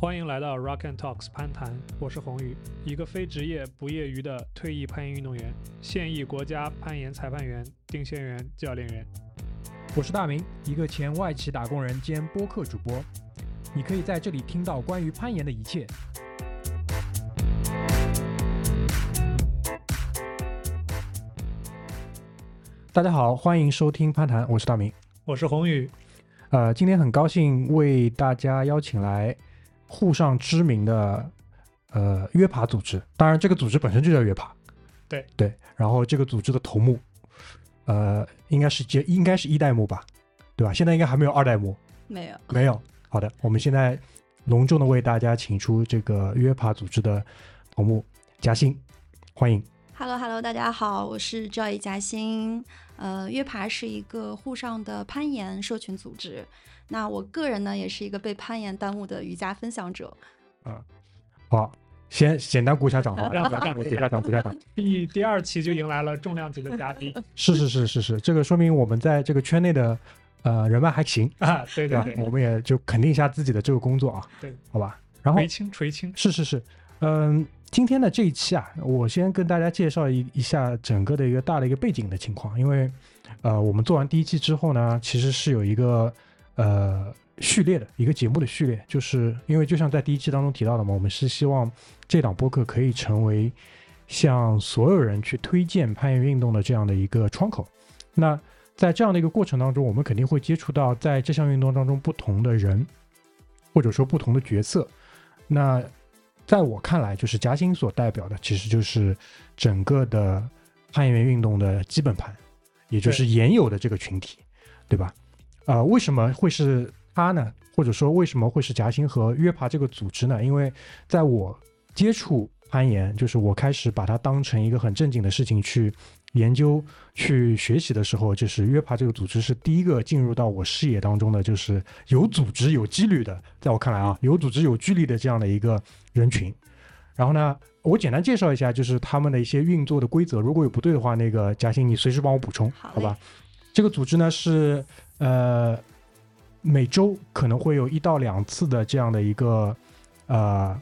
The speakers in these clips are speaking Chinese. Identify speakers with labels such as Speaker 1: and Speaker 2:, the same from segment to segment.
Speaker 1: 欢迎来到 Rock and Talks 攀谈，我是红宇，一个非职业不业余的退役攀岩运动员，现役国家攀岩裁判员、定线员、教练员。
Speaker 2: 我是大明，一个前外企打工人兼播客主播。你可以在这里听到关于攀岩的一切。大家好，欢迎收听攀谈，我是大明。
Speaker 1: 我是红宇，
Speaker 2: 呃，今天很高兴为大家邀请来沪上知名的呃约爬组织，当然这个组织本身就叫约爬，
Speaker 1: 对
Speaker 2: 对，然后这个组织的头目，呃，应该是接应该是一代目吧，对吧？现在应该还没有二代目，
Speaker 3: 没有，
Speaker 2: 没有。好的，我们现在隆重的为大家请出这个约爬组织的头目嘉欣，欢迎。
Speaker 3: Hello Hello，大家好，我是 Joy 嘉欣。呃，约爬是一个沪上的攀岩社群组织。那我个人呢，也是一个被攀岩耽误的瑜伽分享者。
Speaker 2: 好，先简单鼓一下掌，好吧？
Speaker 1: 让我 让
Speaker 2: 鼓一下掌，鼓一下掌。
Speaker 1: 第第二期就迎来了重量级的嘉 宾
Speaker 2: 是是是是是，这个说明我们在这个圈内的呃人脉还行，
Speaker 1: 啊，对
Speaker 2: 对
Speaker 1: 对
Speaker 2: 吧？
Speaker 1: 对
Speaker 2: 我们也就肯定一下自己的这个工作啊，
Speaker 1: 对，
Speaker 2: 好吧？然后
Speaker 1: 垂青垂青，
Speaker 2: 是是是，嗯，今天的这一期啊，我先跟大家介绍一一下整个的一个大的一个背景的情况，因为呃，我们做完第一期之后呢，其实是有一个呃序列的一个节目的序列，就是因为就像在第一期当中提到的嘛，我们是希望这档播客可以成为向所有人去推荐攀岩运动的这样的一个窗口。那在这样的一个过程当中，我们肯定会接触到在这项运动当中不同的人，或者说不同的角色。那在我看来，就是嘉兴所代表的，其实就是整个的攀岩运动的基本盘，也就是
Speaker 1: 对
Speaker 2: 岩友的这个群体，对吧？呃，为什么会是他呢？或者说为什么会是夹心和约爬这个组织呢？因为在我接触攀岩，就是我开始把它当成一个很正经的事情去研究、去学习的时候，就是约爬这个组织是第一个进入到我视野当中的，就是有组织、有纪律的，在我看来啊，有组织、有纪律的这样的一个人群。然后呢，我简单介绍一下，就是他们的一些运作的规则。如果有不对的话，那个嘉欣你随时帮我补充，
Speaker 3: 好
Speaker 2: 好
Speaker 3: 嘞
Speaker 2: 吧？这个组织呢是呃每周可能会有一到两次的这样的一个呃，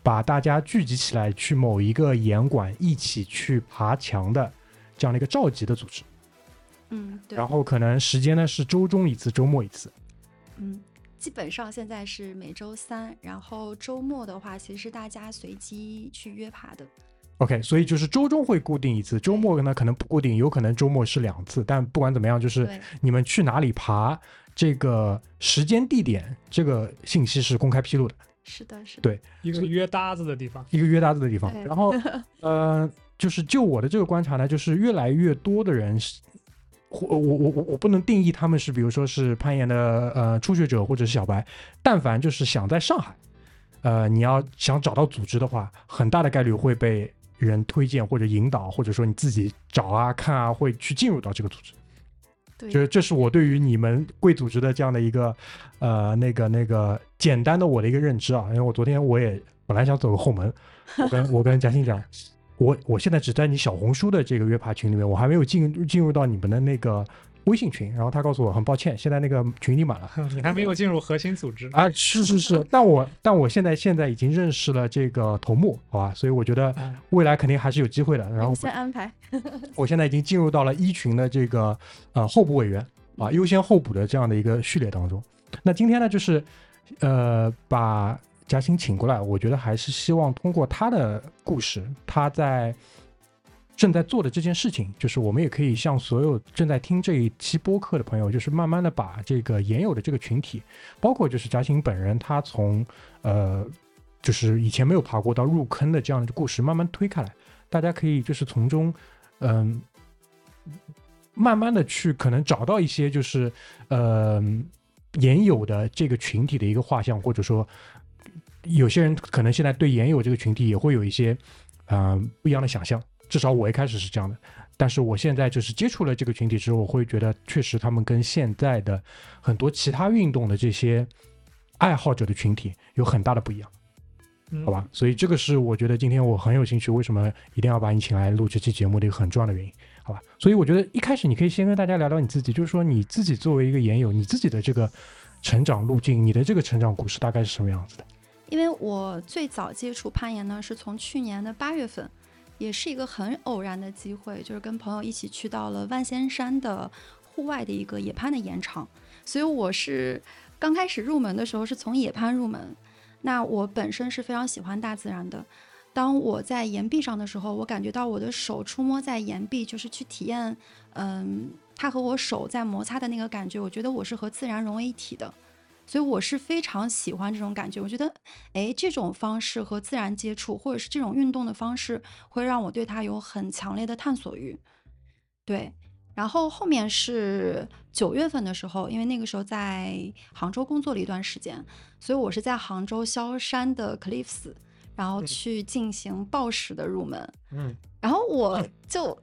Speaker 2: 把大家聚集起来去某一个岩馆一起去爬墙的这样的一个召集的组织。
Speaker 3: 嗯，对
Speaker 2: 然，后可能时间呢是周中一次，周末一次。
Speaker 3: 嗯，基本上现在是每周三，然后周末的话，其实是大家随机去约爬的。
Speaker 2: OK，所以就是周中会固定一次，周末呢可能不固定，有可能周末是两次。但不管怎么样，就是
Speaker 3: 对，
Speaker 2: 你们去哪里爬，这个时间、地点，这个信息是公开披露的。
Speaker 3: 是的，是的。
Speaker 2: 对
Speaker 1: 一个约搭子的地 方。
Speaker 2: 一个约搭子的地方。
Speaker 3: 对
Speaker 2: 然后，呃，就是就我的这个观察呢，就是越来越多的人是，或我我我我不能定义他们是，比如说是攀岩的呃初学者或者是小白，但凡就是想在上海，呃，你要想找到组织的话，很大的概率会被人推荐或者引导，或者说你自己找啊看啊，会去进入到这个组织。
Speaker 3: 对
Speaker 2: 就是这是我对于你们贵组织的这样的一个呃那个那个简单的我的一个认知啊，因为我昨天我也本来想走个后门，我跟我跟嘉欣讲，我我现在只在你小红书的这个约爬群里面，我还没有进进入到你们的那个微信群，然后他告诉我很抱歉，现在那个群已经满了。
Speaker 1: 你还没有进入核心组织，
Speaker 2: 啊，是是是，但我但我现在现在已经认识了这个头目，好吧，所以我觉得
Speaker 1: 嗯
Speaker 2: 未来肯定还是有机会的。然后
Speaker 3: 先安排。
Speaker 2: 我现在已经进入到了一群的这个呃候补委员啊，优先候补的这样的一个序列当中。那今天呢，就是呃把嘉欣请过来，我觉得还是希望通过他的故事，他在正在做的这件事情，就是我们也可以向所有正在听这一期播客的朋友，就是慢慢的把这个研友的这个群体，包括就是嘉欣本人，他从呃就是以前没有爬过到入坑的这样的故事，慢慢推开来，大家可以就是从中嗯、慢慢的去可能找到一些就是呃研友的这个群体的一个画像，或者说有些人可能现在对研友这个群体也会有一些呃不一样的想象，至少我一开始是这样的。但是我现在就是接触了这个群体之后，我会觉得确实他们跟现在的很多其他运动的这些爱好者的群体有很大的不一样。
Speaker 1: 嗯
Speaker 2: 好吧，，所以这个是我觉得今天我很有兴趣，为什么一定要把你请来录这期节目的一个很重要的原因，好吧？所以我觉得一开始你可以先跟大家聊聊你自己，就是说你自己作为一个研友，你自己的这个成长路径，你的这个成长故事大概是什么样子的？
Speaker 3: 因为我最早接触攀岩呢，是从去年的八月份，也是一个很偶然的机会，就是跟朋友一起去到了万仙山的户外的一个野攀的岩场，所以我是刚开始入门的时候是从野攀入门。那我本身是非常喜欢大自然的，当我在岩壁上的时候，我感觉到我的手触摸在岩壁，就是去体验，嗯，它和我手在摩擦的那个感觉，我觉得我是和自然融为一体的。所以我是非常喜欢这种感觉。我觉得，哎，这种方式和自然接触，或者是这种运动的方式，会让我对它有很强烈的探索欲。对，然后后面是九月份的时候，因为那个时候在杭州工作了一段时间，所以我是在杭州萧山的 Cliffs，然后去进行暴食的入门。
Speaker 2: 嗯，
Speaker 3: 然后我就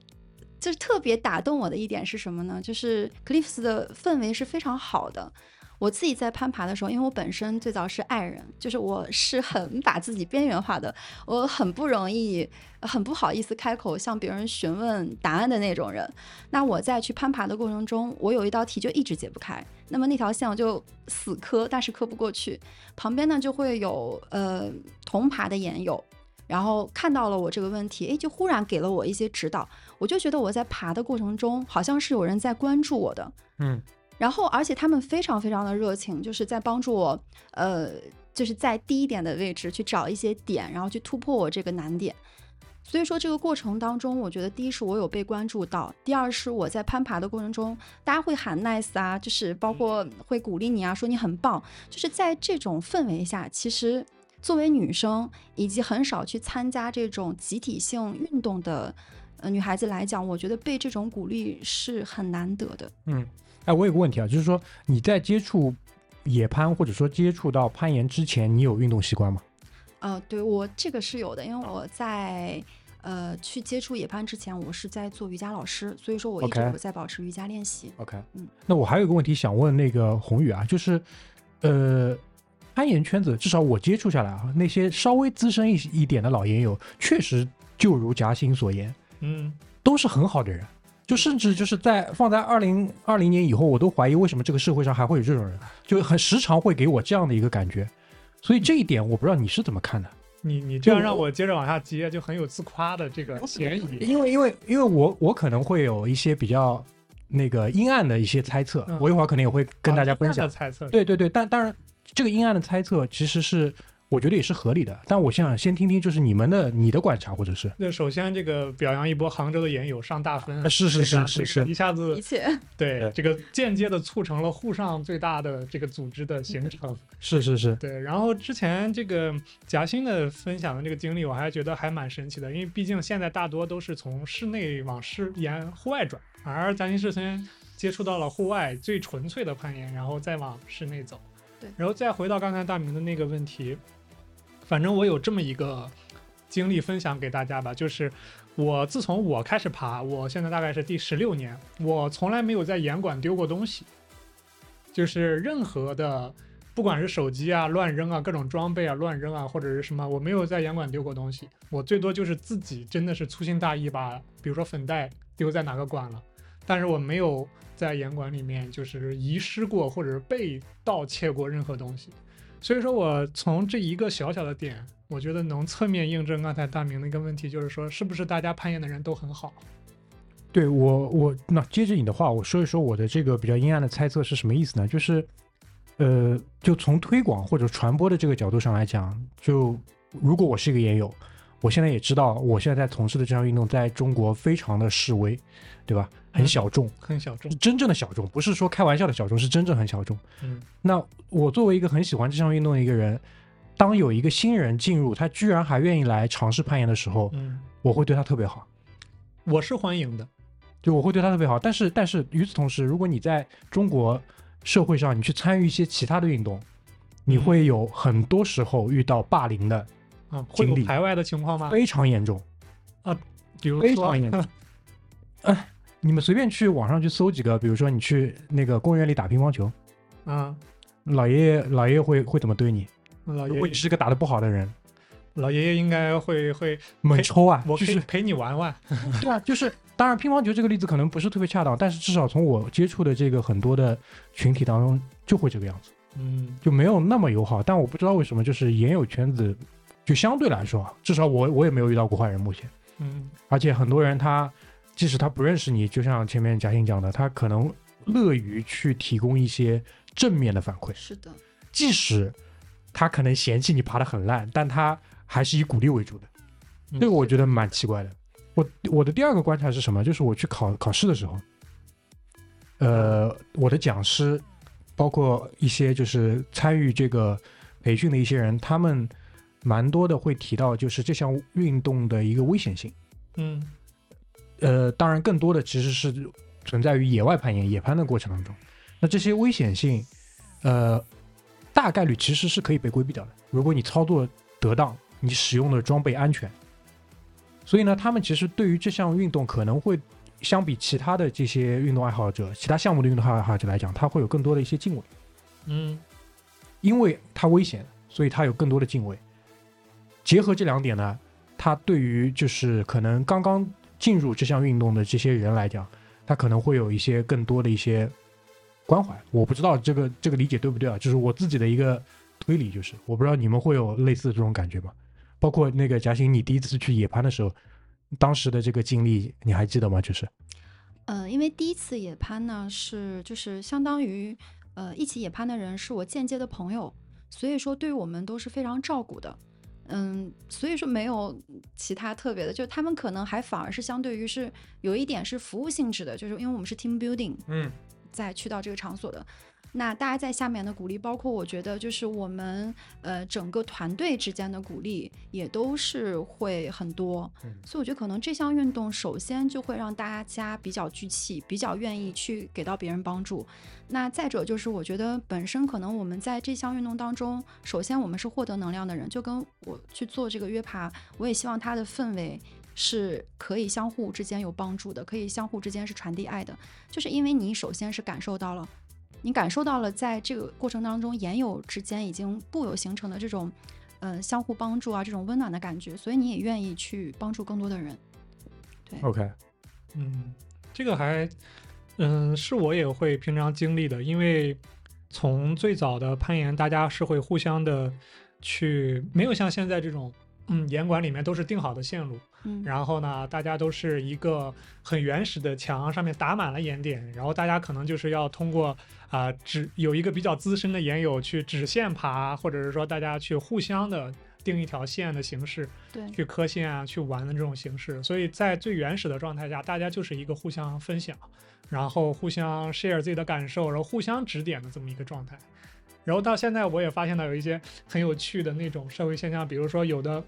Speaker 3: 就是特别打动我的一点是什么呢？就是 Cliffs 的氛围是非常好的。我自己在攀爬的时候，因为我本身最早是爱人，就是我是很把自己边缘化的，我很不容易、很不好意思开口向别人询问答案的那种人。那我在去攀爬的过程中，我有一道题就一直解不开，那么那条线我就死磕，但是磕不过去。旁边呢就会有呃同爬的岩友，然后看到了我这个问题，诶，就忽然给了我一些指导，我就觉得我在爬的过程中，好像是有人在关注我的，
Speaker 2: 嗯，
Speaker 3: 然后而且他们非常非常的热情，就是在帮助我，呃，就是在低一点的位置去找一些点，然后去突破我这个难点。所以说这个过程当中，我觉得第一是我有被关注到，第二是我在攀爬的过程中，大家会喊 nice 啊，就是包括会鼓励你啊，说你很棒，就是在这种氛围下，其实作为女生以及很少去参加这种集体性运动的呃女孩子来讲，我觉得被这种鼓励是很难得的。
Speaker 2: 哎，我有个问题啊，就是说你在接触野攀或者说接触到攀岩之前，你有运动习惯吗？
Speaker 3: 呃，对我这个是有的，因为我在呃去接触野攀之前，我是在做瑜伽老师，所以说我一直
Speaker 2: OK
Speaker 3: 有在保持瑜伽练习。
Speaker 2: OK，
Speaker 3: 嗯
Speaker 2: 那我还有一个问题想问那个宏宇啊，就是，呃，攀岩圈子至少我接触下来啊，那些稍微资深一一点的老岩友，确实就如夹心所言，
Speaker 1: 嗯，
Speaker 2: 都是很好的人，就甚至就是在放在二零二零年以后，我都怀疑为什么这个社会上还会有这种人，就很时常会给我这样的一个感觉，所以这一点我不知道你是怎么看的。
Speaker 1: 你你这样
Speaker 2: 就
Speaker 1: 让
Speaker 2: 我
Speaker 1: 我接着往下接，就很有自夸的这 个嫌疑。
Speaker 2: 因为因为因为我我可能会有一些比较那个阴暗的一些猜测，
Speaker 1: 嗯
Speaker 2: 我一会儿可能也会跟大家分享
Speaker 1: 啊这样的。猜测，
Speaker 2: 对对对，但当然这个阴暗的猜测其实是我觉得也是合理的，但我想先听听就是你们的你的观察或者是。
Speaker 1: 那首先这个表扬一波杭州的研友上大分
Speaker 2: 啊，是是
Speaker 1: 这个
Speaker 2: 是是
Speaker 1: 这个
Speaker 2: 是
Speaker 1: 一下
Speaker 3: 一
Speaker 1: 子
Speaker 3: 切，
Speaker 1: 对
Speaker 2: 对
Speaker 1: 这个间接的促成了沪上最大的这个组织的形成。
Speaker 2: 是是是，
Speaker 1: 对，然后之前这个夹心的分享的这个经历，我还觉得还蛮神奇的，因为毕竟现在大多都是从室内往室沿户外转，而夹心社村接触到了户外最纯粹的攀岩，然后再往室内走。
Speaker 3: 对
Speaker 1: 然后再回到刚才大明的那个问题，反正我有这么一个经历分享给大家吧，就是我自从我开始爬，我现在大概是第十六年，我从来没有在岩馆丢过东西，就是任何的，不管是手机啊乱扔啊，各种装备啊乱扔啊，或者是什么，我没有在岩馆丢过东西，我最多就是自己真的是粗心大意把，比如说粉袋丢在哪个馆了，但是我没有在岩馆里面就是遗失过或者是被盗窃过任何东西。所以说我从这一个小小的点，我觉得能侧面印证刚才大明的一个问题，就是说是不是大家攀岩的人都很好？
Speaker 2: 对我我那接着你的话，我说一说我的这个比较阴暗的猜测是什么意思呢？就是，呃，就从推广或者传播的这个角度上来讲，就如果我是一个研友，我现在也知道我现在在从事的这项运动在中国非常的示威，对吧？很小众，
Speaker 1: 很小众
Speaker 2: 是，真正的小众，不是说开玩笑的小众，是真正很小众。
Speaker 1: 嗯，
Speaker 2: 那我作为一个很喜欢这项运动的一个人，当有一个新人进入，他居然还愿意来尝试攀岩的时候，
Speaker 1: 嗯，
Speaker 2: 我会对他特别好。
Speaker 1: 我是欢迎的，
Speaker 2: 就我会对他特别好。但是，但是与此同时，如果你在中国社会上，你去参与一些其他的运动，你
Speaker 1: 嗯
Speaker 2: 会有很多时候遇到霸凌的，
Speaker 1: 啊，会有
Speaker 2: 经历
Speaker 1: 排外的情况吗？
Speaker 2: 非常严重，
Speaker 1: 比如
Speaker 2: 非
Speaker 1: 说
Speaker 2: 常，严重。哎，你们随便去网上去搜几个，比如说你去那个公园里打乒乓球，
Speaker 1: 啊，
Speaker 2: 老爷爷老爷爷会会怎么对你？
Speaker 1: 老
Speaker 2: 如
Speaker 1: 爷
Speaker 2: 果你
Speaker 1: 爷，
Speaker 2: 是个打得不好的人，
Speaker 1: 老爷爷应该会会，
Speaker 2: 猛抽啊，
Speaker 1: 我
Speaker 2: 就
Speaker 1: 可以
Speaker 2: 是
Speaker 1: 陪你玩玩。
Speaker 2: 对啊，就是当然乒乓球这个例子可能不是特别恰当，但是至少从我接触的这个很多的群体当中就会这个样子。
Speaker 1: 嗯
Speaker 2: 就没有那么友好。但我不知道为什么，就是研友圈子就相对来说啊，至少我我也没有遇到过坏人，目前。
Speaker 1: 嗯
Speaker 2: 而且很多人他即使他不认识你，就像前面贾欣讲的，他可能乐于去提供一些正面的反馈，
Speaker 3: 是的，
Speaker 2: 即使他可能嫌弃你爬得很烂，但他还是以鼓励为主的。
Speaker 1: 嗯
Speaker 2: 这个我觉得蛮奇怪的。我我的第二个观察是什么？就是我去考考试的时候，呃，我的讲师，包括一些就是参与这个培训的一些人，他们蛮多的会提到就是这项运动的一个危险性。
Speaker 1: 嗯
Speaker 2: 呃，当然更多的其实是存在于野外攀岩、野攀的过程当中。那这些危险性，呃，大概率其实是可以被规避掉的。如果你操作得当，你使用的装备安全。所以呢，他们其实对于这项运动可能会相比其他的这些运动爱好者、其他项目的运动爱好者来讲，他会有更多的一些敬畏，
Speaker 1: 嗯
Speaker 2: 因为它危险，所以他有更多的敬畏。结合这两点呢，他对于就是可能刚刚进入这项运动的这些人来讲，他可能会有一些更多的一些关怀。我不知道这个这个理解对不对啊？就是我自己的一个推理，就是我不知道你们会有类似这种感觉吗？包括那个贾欣，你第一次去野攀的时候，当时的这个经历你还记得吗？就是
Speaker 3: 呃，因为第一次野攀呢是就是相当于呃一起野攀的人是我间接的朋友，所以说对我们都是非常照顾的。嗯，所以说没有其他特别的，就他们可能还反而是相对于是有一点是服务性质的，就是因为我们是 team building，
Speaker 2: 嗯
Speaker 3: 再去到这个场所的。那大家在下面的鼓励，包括我觉得就是我们呃整个团队之间的鼓励，也都是会很多。
Speaker 2: 嗯
Speaker 3: 所以我觉得可能这项运动首先就会让大家比较聚气，比较愿意去给到别人帮助。那再者就是我觉得本身可能我们在这项运动当中，首先我们是获得能量的人，就跟我去做这个约爬，我也希望它的氛围是可以相互之间有帮助的，可以相互之间是传递爱的。就是因为你首先是感受到了，你感受到了在这个过程当中，研友之间已经固有形成的这种，呃，相互帮助啊，这种温暖的感觉，所以你也愿意去帮助更多的人。
Speaker 2: ，OK，
Speaker 1: 嗯，这个还嗯是我也会平常经历的，因为从最早的攀岩，大家是会互相的去，没有像现在这种嗯岩馆里面都是定好的线路，
Speaker 3: 嗯，
Speaker 1: 然后呢，大家都是一个很原始的墙，上面打满了岩点，然后大家可能就是要通过啊、指有一个比较资深的岩友去指线爬，或者是说大家去互相的定一条线的形式
Speaker 2: 嗯
Speaker 3: 对，
Speaker 1: 去磕线啊，去玩的这种形式。所以在最原始的状态下，大家就是一个互相分享，然后互相 share 自己的感受，然后互相指点的这么一个状态。然后到现在，我也发现到有一些很有趣的那种社会现象，比如说有的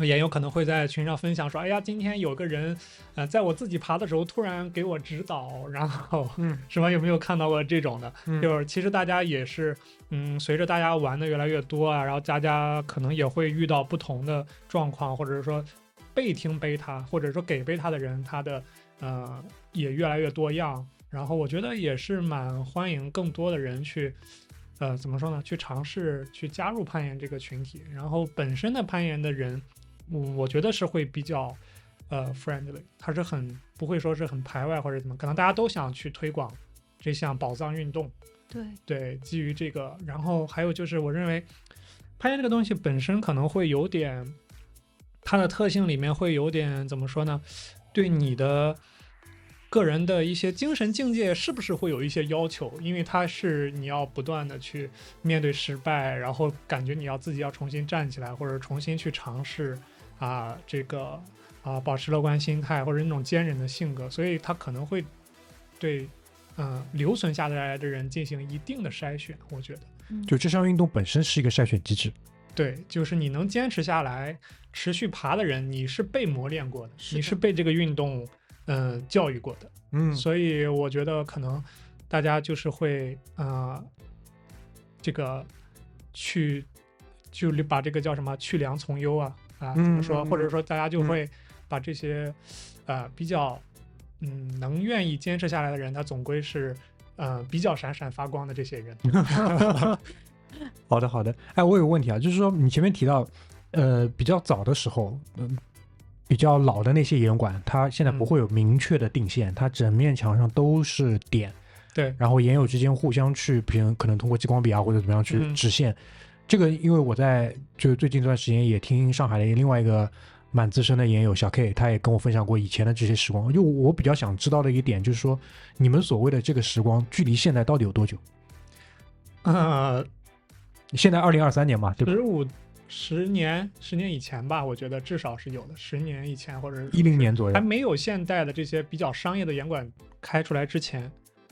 Speaker 1: 也有可能会在群上分享说：“哎呀，今天有个人，呃，在我自己爬的时候突然给我指导，然后
Speaker 2: 嗯
Speaker 1: 什么有没有看到过这种的？
Speaker 2: 嗯
Speaker 1: 就是其实大家也是，嗯，随着大家玩的越来越多啊，然后大家可能也会遇到不同的状况，或者是说被听贝塔，或者说给贝塔的人，他的呃也越来越多样。然后我觉得也是蛮欢迎更多的人去，呃，怎么说呢？去尝试去加入攀岩这个群体。然后本身的攀岩的人，我我觉得是会比较。呃，friendly，他是很不会说是很排外或者怎么，可能大家都想去推广这项宝藏运动。
Speaker 3: 对，
Speaker 1: 对，基于这个，然后还有就是，我认为攀岩这个东西本身可能会有点，它的特性里面会有点怎么说呢？对你的个人的一些精神境界是不是会有一些要求？因为它是你要不断的去面对失败，然后感觉你要自己要重新站起来，或者重新去尝试啊，这个啊，保持乐观心态或者那种坚韧的性格，所以它可能会对嗯，留存下来的人进行一定的筛选，我觉得
Speaker 3: 嗯，
Speaker 2: 就这项运动本身是一个筛选机制。
Speaker 1: 对，就是你能坚持下来、持续爬的人，你是被磨练过的，
Speaker 3: 是
Speaker 1: 你
Speaker 3: 的
Speaker 1: 是被这个运动呃教育过的，
Speaker 2: 嗯
Speaker 1: 所以我觉得可能大家就是会呃这个去就把这个叫什么去良从优啊啊、怎么说，
Speaker 2: 嗯嗯嗯
Speaker 1: 或者说大家就
Speaker 2: 嗯
Speaker 1: 会把这些呃比较嗯能愿意坚持下来的人，他总归是。呃，比较闪闪发光的这些人，
Speaker 2: 好的，好的。哎，我有个问题啊，就是说你前面提到，呃，比较早的时候，嗯、比较老的那些岩馆，它现在不
Speaker 1: 嗯
Speaker 2: 会有明确的定线，它整面墙上都是点，
Speaker 1: 对，
Speaker 2: 然后岩友之间互相去，比如可能通过激光笔啊或者怎么样去
Speaker 1: 嗯
Speaker 2: 直线。这个因为我在就是最近这段时间也听上海的另外一个蛮资深的岩友小 K，他也跟我分享过以前的这些时光。就我比较想知道的一个点就是说，你们所谓的这个时光距离现在到底有多久？
Speaker 1: 呃，
Speaker 2: 现在二零二三年嘛，对吧？
Speaker 1: 十五十年十年以前吧，我觉得至少是有的，十年以前或者
Speaker 2: 一零年左
Speaker 1: 还
Speaker 2: 右。
Speaker 1: 没有现代的这些比较商业的严管开出来之前，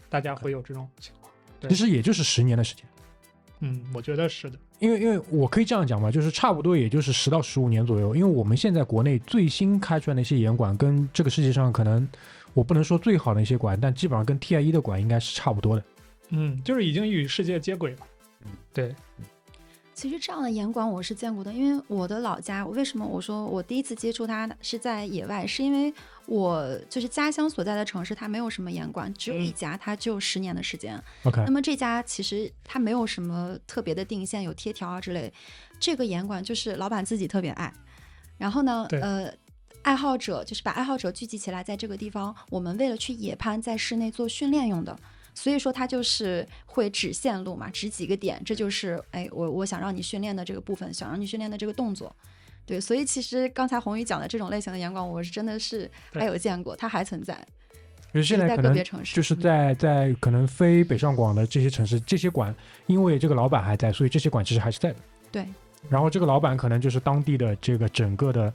Speaker 1: 大家会有这种情况。对
Speaker 2: 其实也就是十年的时间。
Speaker 1: 嗯，我觉得是的。
Speaker 2: 因为因为我可以这样讲嘛，就是差不多也就是十到十五年左右。因为我们现在国内最新开出来的一些严管，跟这个世界上可能我不能说最好的一些管，但基本上跟 TIE 的管应该是差不多的。
Speaker 1: 嗯，就是已经与世界接轨了。对，
Speaker 3: 其实这样的严管我是见过的，因为我的老家，我为什么我说我第一次接触它是在野外，是因为我就是家乡所在的城市，它没有什么严管，只有一
Speaker 1: 嗯
Speaker 3: 家，它只有十年的时间。
Speaker 2: OK，
Speaker 3: 那么这家其实它没有什么特别的定线，有贴条啊之类。这个严管就是老板自己特别爱，然后呢，
Speaker 1: 对
Speaker 3: 呃，爱好者就是把爱好者聚集起来，在这个地方，我们为了去野攀，在室内做训练用的。所以说它就是会指线路嘛，指几个点，这就是哎，我我想让你训练的这个部分，想让你训练的这个动作，对。所以其实刚才宏宇讲的这种类型的严管，我是真的是
Speaker 1: 对
Speaker 3: 还有见过，它还存在，
Speaker 2: 就是现
Speaker 3: 就是
Speaker 2: 在
Speaker 3: 在
Speaker 2: 可
Speaker 3: 个
Speaker 2: 能
Speaker 3: 别城市，
Speaker 2: 就是在在可能非北上广的这些城市，这些馆因为这个老板还在，所以这些馆其实还是在的。
Speaker 3: 对。
Speaker 2: 然后这个老板可能就是当地的这个整个的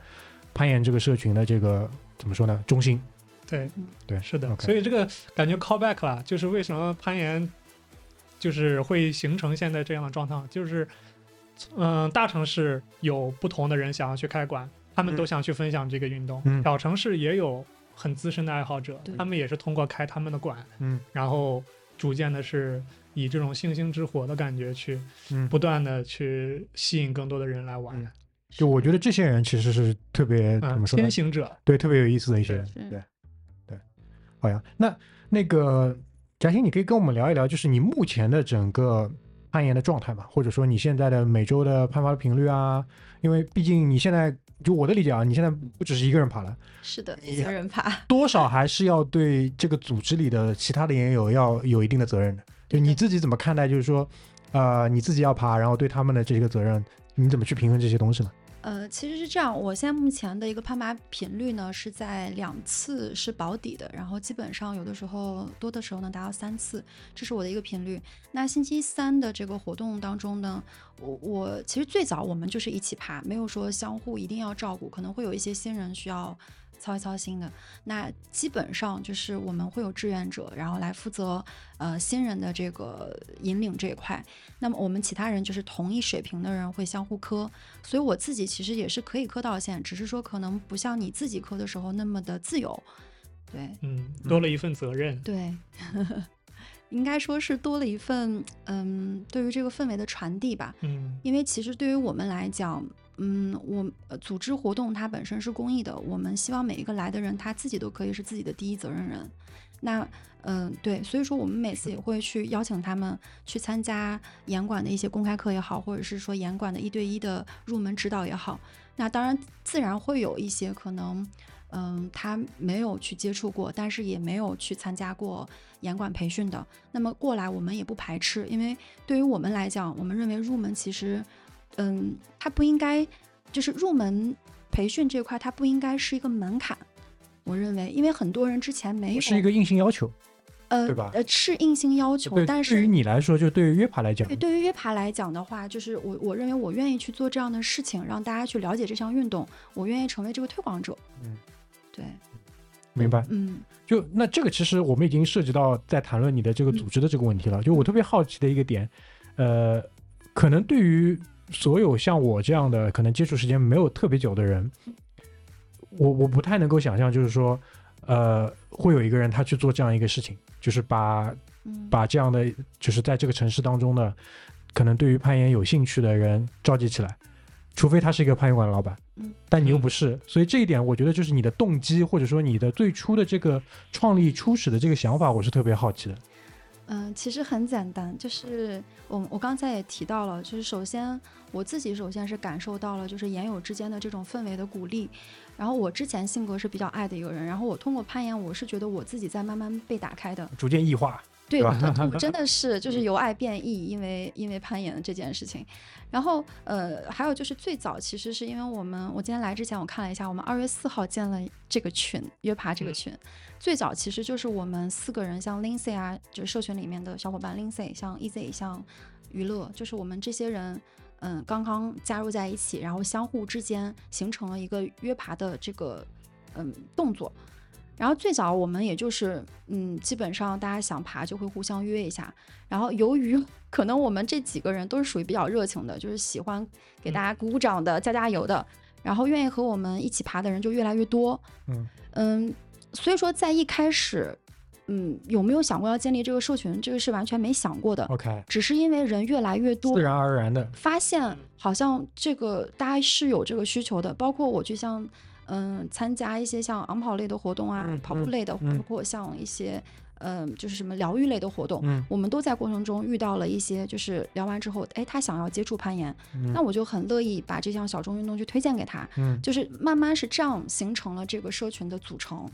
Speaker 2: 攀岩这个社群的这个怎么说呢中心。
Speaker 1: 对
Speaker 3: 嗯，
Speaker 2: 对
Speaker 1: 是的。
Speaker 2: OK
Speaker 1: 所以这个感觉 callback 啦，就是为什么攀岩就是会形成现在这样的状态，就是嗯、大城市有不同的人想要去开馆，他们都想去分享这个运动。
Speaker 2: 嗯
Speaker 1: 小城市也有很资深的爱好者
Speaker 3: 对，
Speaker 1: 他们也是通过开他们的馆，
Speaker 2: 嗯
Speaker 1: 然后逐渐的是以这种星星之火的感觉去
Speaker 2: 嗯，
Speaker 1: 不断的去吸引更多的人来玩。
Speaker 2: 嗯就我觉得这些人其实是特别怎
Speaker 1: 嗯，
Speaker 2: 么说呢
Speaker 1: 先？行者，
Speaker 2: 对，特别有意思的一些人
Speaker 1: 是。
Speaker 3: 是
Speaker 2: 对，对，好呀。那那个贾欣，你可以跟我们聊一聊，就是你目前的整个攀岩的状态嘛，或者说你现在的每周的攀爬的频率啊？因为毕竟你现在就我的理解啊，你现在不只是一个人爬了，
Speaker 3: 是的，
Speaker 2: 哎
Speaker 3: 一
Speaker 2: 呀
Speaker 3: 个人爬。
Speaker 2: 多少还是要对这个组织里的其他的岩友要有一定的责任的。就你自
Speaker 3: 对
Speaker 2: 己怎么看待，就是说，呃，你自己要爬，然后对他们的这个责任，你怎么去平衡这些东西呢？
Speaker 3: 呃，其实是这样，我现在目前的一个攀爬频率呢是在两次是保底的，然后基本上有的时候多的时候能达到三次，这是我的一个频率。那星期三的这个活动当中呢，我我其实最早我们就是一起爬，没有说相互一定要照顾，可能会有一些新人需要操一操心的。那基本上就是我们会有志愿者，然后来负责呃新人的这个引领这一块。那么我们其他人就是同一水平的人会相互磕，所以我自己其实也是可以磕到线，只是说可能不像你自己磕的时候那么的自由。对
Speaker 1: 嗯，多了一份责任。
Speaker 3: 对， 应该说是多了一份嗯，对于这个氛围的传递吧。
Speaker 1: 嗯
Speaker 3: 因为其实对于我们来讲，嗯，我呃组织活动它本身是公益的，我们希望每一个来的人他自己都可以是自己的第一责任人。那嗯、对，所以说我们每次也会去邀请他们去参加严管的一些公开课也好，或者是说严管的一对一的入门指导也好。那当然，自然会有一些可能，嗯，他没有去接触过，但是也没有去参加过严管培训的。那么过来，我们也不排斥，因为对于我们来讲，我们认为入门其实，嗯，它不应该就是入门培训这块，它不应该是一个门槛。我认为，因为很多人之前没有
Speaker 2: 是一个硬性要求，
Speaker 3: 呃
Speaker 2: 对吧
Speaker 3: 呃是硬性要求，
Speaker 2: 对，
Speaker 3: 但
Speaker 2: 对于
Speaker 3: 是
Speaker 2: 你来说，就对于约爬来讲
Speaker 3: 对，对于约爬来讲的话，就是我我认为我愿意去做这样的事情，让大家去了解这项运动，我愿意成为这个推广者。
Speaker 2: 嗯，
Speaker 3: 对，
Speaker 2: 明白？
Speaker 3: 嗯
Speaker 2: 就那这个其实我们已经涉及到在谈论你的这个组织的这个问题了。就我特别好奇的一个点，呃，可能对于所有像我这样的可能接触时间没有特别久的人，我我不太能够想象，就是说，呃，会有一个人他去做这样一个事情，就是把
Speaker 3: 嗯，
Speaker 2: 把这样的就是在这个城市当中的可能对于攀岩有兴趣的人召集起来，除非他是一个攀岩馆的老板
Speaker 3: 嗯，
Speaker 2: 但你又不是，所以这一点我觉得就是你的动机或者说你的最初的这个创立初始的这个想法，我是特别好奇的。
Speaker 3: 嗯，其实很简单，就是我我刚才也提到了，就是首先我自己首先是感受到了就是岩友之间的这种氛围的鼓励，然后我之前性格是比较爱的一个人，然后我通过攀岩，我是觉得我自己在慢慢被打开的，
Speaker 2: 逐渐异化，
Speaker 3: 对，
Speaker 2: 对
Speaker 3: 我
Speaker 2: 吧
Speaker 3: 的图真的是就是由爱变异，因为因为攀岩这件事情。然后呃，还有就是最早其实是因为我们，我今天来之前我看了一下，我们二月四号建了这个群，约爬这个
Speaker 1: 嗯
Speaker 3: 群。最早其实就是我们四个人，像 Lindsay 啊，就是社群里面的小伙伴 Lindsay，像 EZ，像娱乐，就是我们这些人。嗯，刚刚加入在一起，然后相互之间形成了一个约爬的这个嗯动作，然后最早我们也就是，嗯，基本上大家想爬就会互相约一下。然后由于可能我们这几个人都是属于比较热情的，就是喜欢给大家鼓鼓掌的、加加油的，然后愿意和我们一起爬的人就越来越多。
Speaker 2: 嗯
Speaker 3: 嗯所以说在一开始，嗯，有没有想过要建立这个社群，这个是完全没想过的，
Speaker 2: ，OK，
Speaker 3: 只是因为人越来越多
Speaker 2: 自，然而然的，
Speaker 3: 发现好像这个大家是有这个需求的，包括我去像嗯参加一些像昂跑类的活动啊，
Speaker 2: 嗯
Speaker 3: 跑步类的，
Speaker 2: 嗯
Speaker 3: 包括像一些嗯就是什么疗愈类的活动。
Speaker 2: 嗯
Speaker 3: 我们都在过程中遇到了一些，就是聊完之后，哎，他想要接触攀岩，
Speaker 2: 嗯
Speaker 3: 那我就很乐意把这项小众运动去推荐给他，
Speaker 2: 嗯，
Speaker 3: 就是慢慢是这样形成了这个社群的组成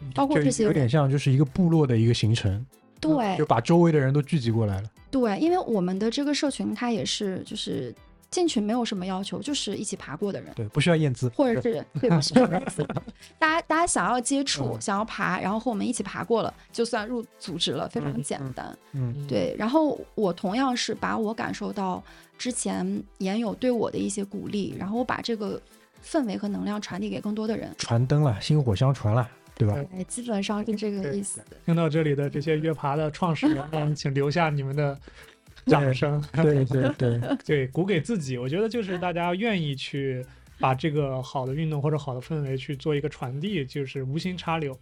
Speaker 2: 嗯，
Speaker 3: 包括
Speaker 2: 就
Speaker 3: 这些
Speaker 2: 有点像就是一个部落的一个形成，
Speaker 3: 对
Speaker 2: 就把周围的人都聚集过来了。
Speaker 3: 对，因为我们的这个社群它也是就是进群没有什么要求，就是一起爬过的人。
Speaker 2: 对，不需要验资，
Speaker 3: 或者是对，不是 大家大家想要接触、
Speaker 2: 嗯
Speaker 3: 想要爬，然后和我们一起爬过了，就算入组织了，非常
Speaker 2: 嗯
Speaker 3: 简
Speaker 2: 嗯
Speaker 3: 单。
Speaker 2: 嗯
Speaker 3: 对，然后我同样是把我感受到之前研友对我的一些鼓励，然后我把这个氛围和能量传递给更多的人。
Speaker 2: 传灯了，薪火相传了，对吧？
Speaker 1: 对
Speaker 3: 哎，基本上是这个
Speaker 1: 对
Speaker 3: 意思。
Speaker 1: 听到这里的这些约爬的创始人们， 请留下你们的掌声。
Speaker 2: 对对对，
Speaker 1: 对，鼓给自己。我觉得就是大家愿意去把这个好的运动或者好的氛围去做一个传递，就是无心插柳，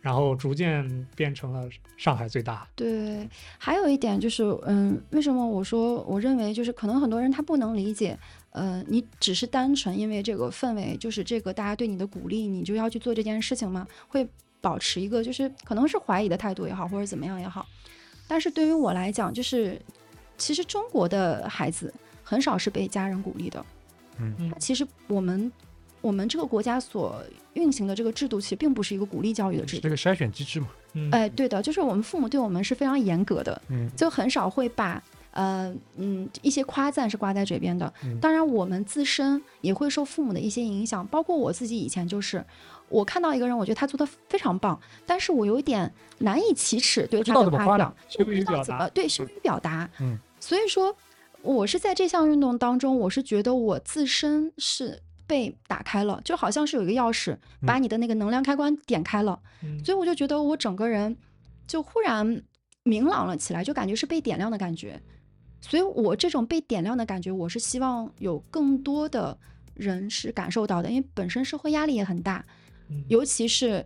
Speaker 1: 然后逐渐变成了上海最大。
Speaker 3: 对，还有一点就是，嗯，为什么我说我认为就是可能很多人他不能理解，呃，你只是单纯因为这个氛围，就是这个大家对你的鼓励，你就要去做这件事情吗？会保持一个就是可能是怀疑的态度也好，或者怎么样也好。但是对于我来讲，就是其实中国的孩子很少是被家人鼓励的，
Speaker 1: 嗯
Speaker 3: 他其实我们我们这个国家所运行的这个制度，其实并不是一个鼓励教育的制 度
Speaker 2: 这。个筛选机制嘛，
Speaker 1: 嗯，
Speaker 3: 哎，对的，就是我们父母对我们是非常严格的，
Speaker 2: 嗯
Speaker 3: 就很少会把呃嗯一些夸赞是挂在嘴边的。
Speaker 2: 嗯
Speaker 3: 当然，我们自身也会受父母的一些影响，包括我自己以前就是，我看到一个人，我觉得他做的非常棒，但是我有一点难以启齿对
Speaker 2: 不知
Speaker 3: 他
Speaker 2: 道
Speaker 3: 的
Speaker 2: 怎么
Speaker 3: 夸
Speaker 2: 夸
Speaker 3: 奖
Speaker 2: 奖，
Speaker 1: 羞
Speaker 3: 不知
Speaker 1: 于
Speaker 3: 道
Speaker 1: 表
Speaker 3: 怎
Speaker 1: 达
Speaker 3: 么。对羞于表达。
Speaker 2: 嗯，
Speaker 3: 所以说我是在这项运动当中，我是觉得我自身是。被打开了，就好像是有一个钥匙把
Speaker 2: 嗯
Speaker 3: 你的那个能量开关点开了，
Speaker 1: 嗯
Speaker 3: 所以我就觉得我整个人就忽然明朗了起来，就感觉是被点亮的感觉。所以我这种被点亮的感觉，我是希望有更多的人是感受到的，因为本身社会压力也很大，
Speaker 1: 嗯
Speaker 3: 尤其是。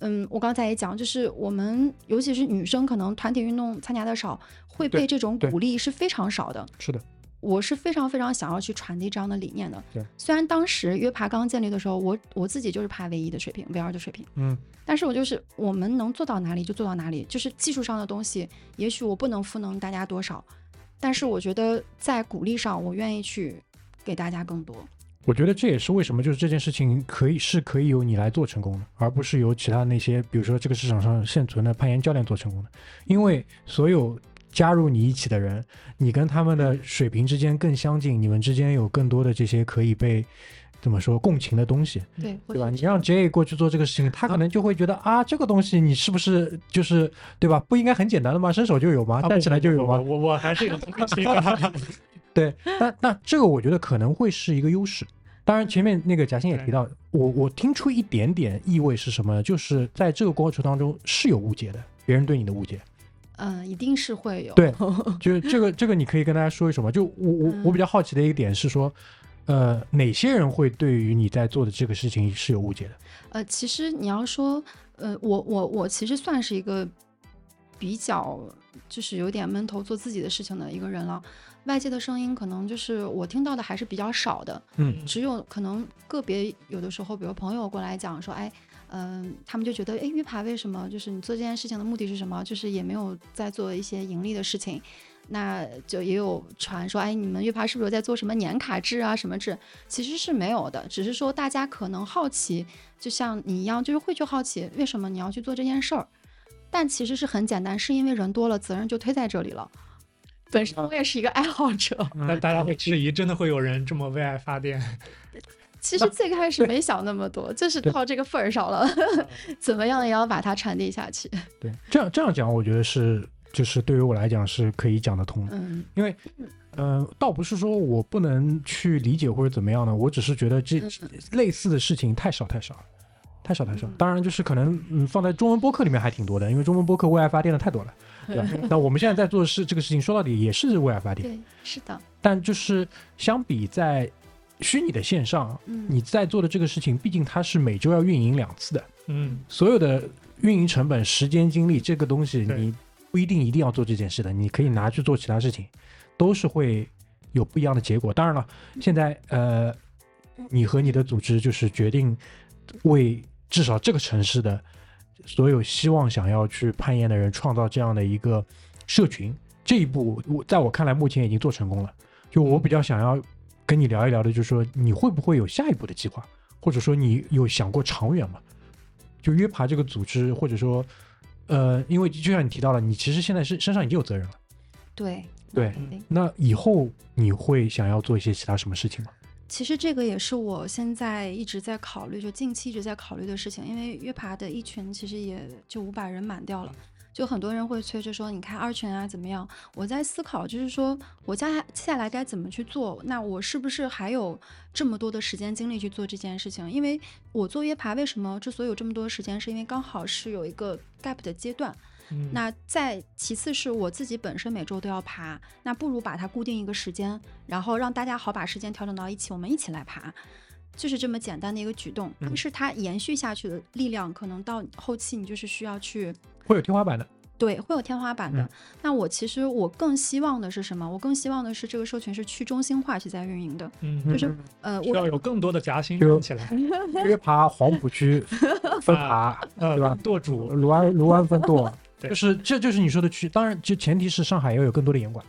Speaker 3: 嗯，我刚才也讲，就是我们尤其是女生，可能团体运动参加的少，会
Speaker 2: 对
Speaker 3: 被这种
Speaker 2: 对
Speaker 3: 鼓励是非常少的。
Speaker 2: 是的，
Speaker 3: 我是非常非常想要去传递这样的理念的
Speaker 2: 对。
Speaker 3: 虽然当时约爬刚建立的时候，我我自己就是爬 V 一的水平，V 二的水平，
Speaker 2: 嗯，
Speaker 3: 但是我就是我们能做到哪里就做到哪里，就是技术上的东西，也许我不能赋能大家多少，但是我觉得在鼓励上，我愿意去给大家更多。
Speaker 2: 我觉得这也是为什么就是这件事情可以是可以由你来做成功的，而不是由其他那些比如说这个市场上现存的攀岩教练做成功的，因为所有加入你一起的人，你跟他们的水平之间更相近，你们之间有更多的这些可以被怎么说共情的东西，
Speaker 3: 对，
Speaker 2: 嗯对吧？你让 J 过去做这个事情，他可能就会觉得啊，这个东西你是不是就是对吧？不应该很简单的吗？伸手就有吗？
Speaker 1: 啊
Speaker 2: 站起来就有
Speaker 1: 不不
Speaker 2: 吗？
Speaker 1: 不我我还是有同情啊心 的。
Speaker 2: 对，那那这个我觉得可能会是一个优势。当然，前面那个贾欣也提到，我我听出一点点意味是什么呢？就是在这个过程当中是有误解的，别人对你的误解。
Speaker 3: 嗯、一定是会有。
Speaker 2: 对，就是这个这个，你可以跟大家说一说吗？就我我我比较好奇的一个点是说，呃，哪些人会对于你在做的这个事情是有误解的？
Speaker 3: 呃，其实你要说，呃，我我我其实算是一个比较就是有点闷头做自己的事情的一个人了，外界的声音可能就是我听到的还是比较少的。
Speaker 2: 嗯
Speaker 3: 只有可能个别有的时候，比如朋友过来讲说，哎，嗯、他们就觉得，哎，约爬为什么就是你做这件事情的目的是什么？就是也没有在做一些盈利的事情。那就也有传说，哎，你们约爬是不是在做什么年卡制啊，什么制？其实是没有的，只是说大家可能好奇，就像你一样，就是会去好奇为什么你要去做这件事儿。但其实是很简单，是因为人多了，责任就推在这里了。本身
Speaker 2: 嗯
Speaker 3: 我也是一个爱好 者，
Speaker 1: 那大家会质疑，真的会有人这么为爱发电？
Speaker 3: 其实最开始没想那么多，就是
Speaker 2: 对嗯
Speaker 3: 到这个份儿上了， 怎么样也要把它传递下去。
Speaker 2: 对，这样这样讲，我觉得是就是对于我来讲是可以讲得通的。
Speaker 3: 嗯
Speaker 2: 因为，呃，倒不是说我不能去理解或者怎么样的，我只是觉得这
Speaker 3: 嗯
Speaker 2: 类似的事情太少太少了，太少太少了
Speaker 3: 嗯。
Speaker 2: 当然，就是可能嗯放在中文播客里面还挺多的，因为中文播客为爱发电的太多了，对吧？那我们现在在做的事这个事情，说到底也是为爱发电，
Speaker 3: 对，是的，
Speaker 2: 但就是相比在虚拟的线上，
Speaker 3: 嗯，
Speaker 2: 你在做的这个事情，毕竟它是每周要运营两次的，
Speaker 1: 嗯，
Speaker 2: 所有的运营成本、时间、精力这个东西，
Speaker 1: 对
Speaker 2: 你不一定一定要做这件事的，你可以拿去做其他事情，都是会有不一样的结果。当然了，现在呃，你和你的组织就是决定为至少这个城市的所有希望想要去攀岩的人创造这样的一个社群，这一步我在我看来目前已经做成功了。就我比较想要跟你聊一聊的，就是说你会不会有下一步的计划，或者说你有想过长远吗？就约爬这个组织，或者说，呃，因为就像你提到了，你其实现在是身上已经有责任了，
Speaker 3: 对
Speaker 2: 对
Speaker 3: 肯定
Speaker 2: 那以后你会想要做一些其他什么事情吗？
Speaker 3: 其实这个也是我现在一直在考虑，就近期一直在考虑的事情，因为约爬的一群其实也就五百人满掉了。就很多人会催着说，你看二群啊怎么样？我在思考，就是说我接下接下来该怎么去做？那我是不是还有这么多的时间精力去做这件事情？因为我做约爬，为什么之所以有这么多时间，是因为刚好是有一个 gap 的阶段，
Speaker 1: 嗯
Speaker 3: 那再其次是我自己本身每周都要爬，那不如把它固定一个时间，然后让大家好把时间调整到一起，我们一起来爬，就是这么简单的一个举动。但是它延续下去的力量，可能到后期你就是需要去
Speaker 2: 会有天花板的，
Speaker 3: 对，会有天花板的。
Speaker 2: 嗯
Speaker 3: 那我其实我更希望的是什么？我更希望的是这个社群是去中心化去在运营的。
Speaker 1: 嗯，
Speaker 3: 就是呃，
Speaker 1: 需
Speaker 3: 我
Speaker 1: 要有更多的夹心
Speaker 2: 就
Speaker 1: 站起 来，
Speaker 2: 约爬黄浦区分爬，
Speaker 3: 啊
Speaker 1: 呃，
Speaker 2: 对吧
Speaker 1: 舵主，
Speaker 2: 卢湾卢湾分 舵，
Speaker 1: 对
Speaker 2: 就是这就是你说的区，当然就前提是上海要有更多的严管，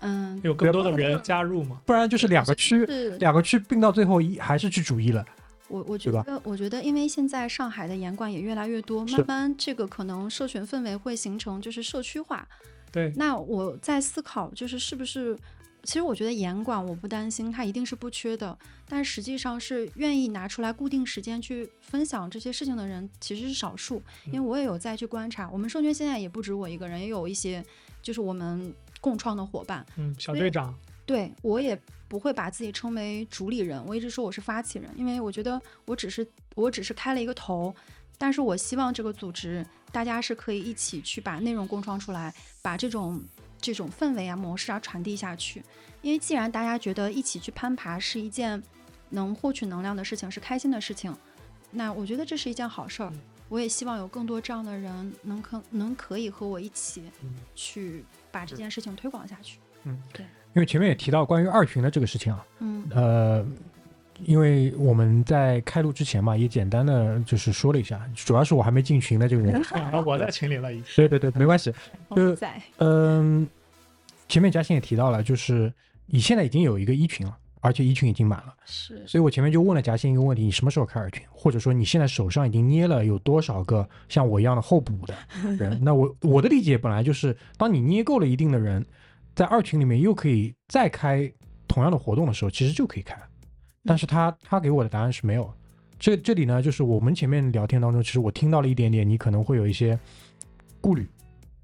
Speaker 3: 嗯
Speaker 1: 有更多的人加入嘛，
Speaker 2: 不然就是两个区
Speaker 3: 是
Speaker 2: 两个区并到最后一还是去主一了，
Speaker 3: 我我觉
Speaker 2: 吧
Speaker 3: 得，我觉得，因为现在上海的严管也越来越多，
Speaker 2: 是
Speaker 3: 慢慢这个可能社群氛围会形成就是社区化。
Speaker 1: 对，
Speaker 3: 那我在思考，就是是不是，其实我觉得严管我不担心，它一定是不缺的，但实际上是愿意拿出来固定时间去分享这些事情的人其实是少数，因为我也有在去观察，我们社群现在也不止我一个人，也有一些就是我们共创的伙伴，
Speaker 1: 嗯，小队 长，
Speaker 3: 对我也不会把自己称为主理人，我一直说我是发起人，因为我觉得我只是我只是开了一个头，但是我希望这个组织大家是可以一起去把内容共创出来，把这种这种氛围啊模式啊传递下去。因为既然大家觉得一起去攀爬是一件能获取能量的事情，是开心的事情，那我觉得这是一件好事儿。我也希望有更多这样的人能可能可以和我一起
Speaker 1: 嗯。
Speaker 3: 去把这件事情推广下去。
Speaker 2: 因为前面也提到关于二群的这个事情啊，
Speaker 3: 嗯
Speaker 2: 呃，因为我们在开录之前嘛，也简单的就是说了一下，主要是我还没进群的这个 人
Speaker 1: 然后我在群里了已经，
Speaker 2: 对对对，没关系。就
Speaker 3: 在
Speaker 2: 嗯、前面嘉欣也提到了，就是你现在已经有一个一群了，而且一群已经满了，
Speaker 3: 是
Speaker 2: 所以我前面就问了嘉欣一个问题：你什么时候开二群？或者说你现在手上已经捏了有多少个像我一样的候补的人？那我我的理解本来就是，当你捏够了一定的人，在二群里面又可以再开同样的活动的时候，其实就可以开了。但是他他给我的答案是没有。这这里呢，就是我们前面聊天当中，其实我听到了一点点，你可能会有一些顾虑，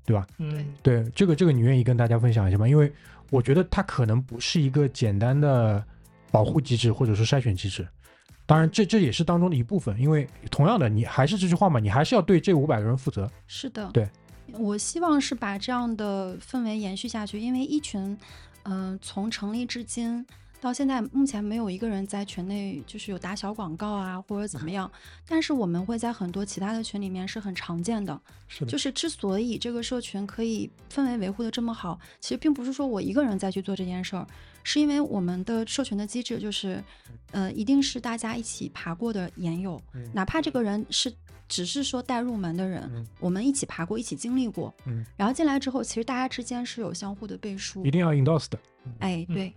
Speaker 2: 对吧？
Speaker 1: 嗯，
Speaker 2: 对，这个这个你愿意跟大家分享一下吗？因为我觉得它可能不是一个简单的保护机制或者说筛选机制。当然这，这也是当中的一部分，因为同样的，你还是这句话嘛，你还是要对这五百个人负责。
Speaker 3: 是的，
Speaker 2: 对，
Speaker 3: 我希望是把这样的氛围延续下去，因为一群，嗯、从成立至今到现在，目前没有一个人在群内就是有打小广告啊或者怎么样，但是我们会在很多其他的群里面是很常见的。
Speaker 2: 是
Speaker 3: 就，是之所以这个社群可以氛围维护的这么好，其实并不是说我一个人在去做这件事儿，是因为我们的社群的机制就是，呃，一定是大家一起爬过的研友，
Speaker 2: 嗯
Speaker 3: 哪怕这个人是只是说带入门的人，
Speaker 2: 嗯
Speaker 3: 我们一起爬过，一起经历过，
Speaker 2: 嗯
Speaker 3: 然后进来之后，其实大家之间是有相互的背书
Speaker 2: 一，定要 endorse 的。
Speaker 3: 哎，
Speaker 1: 嗯
Speaker 3: 对，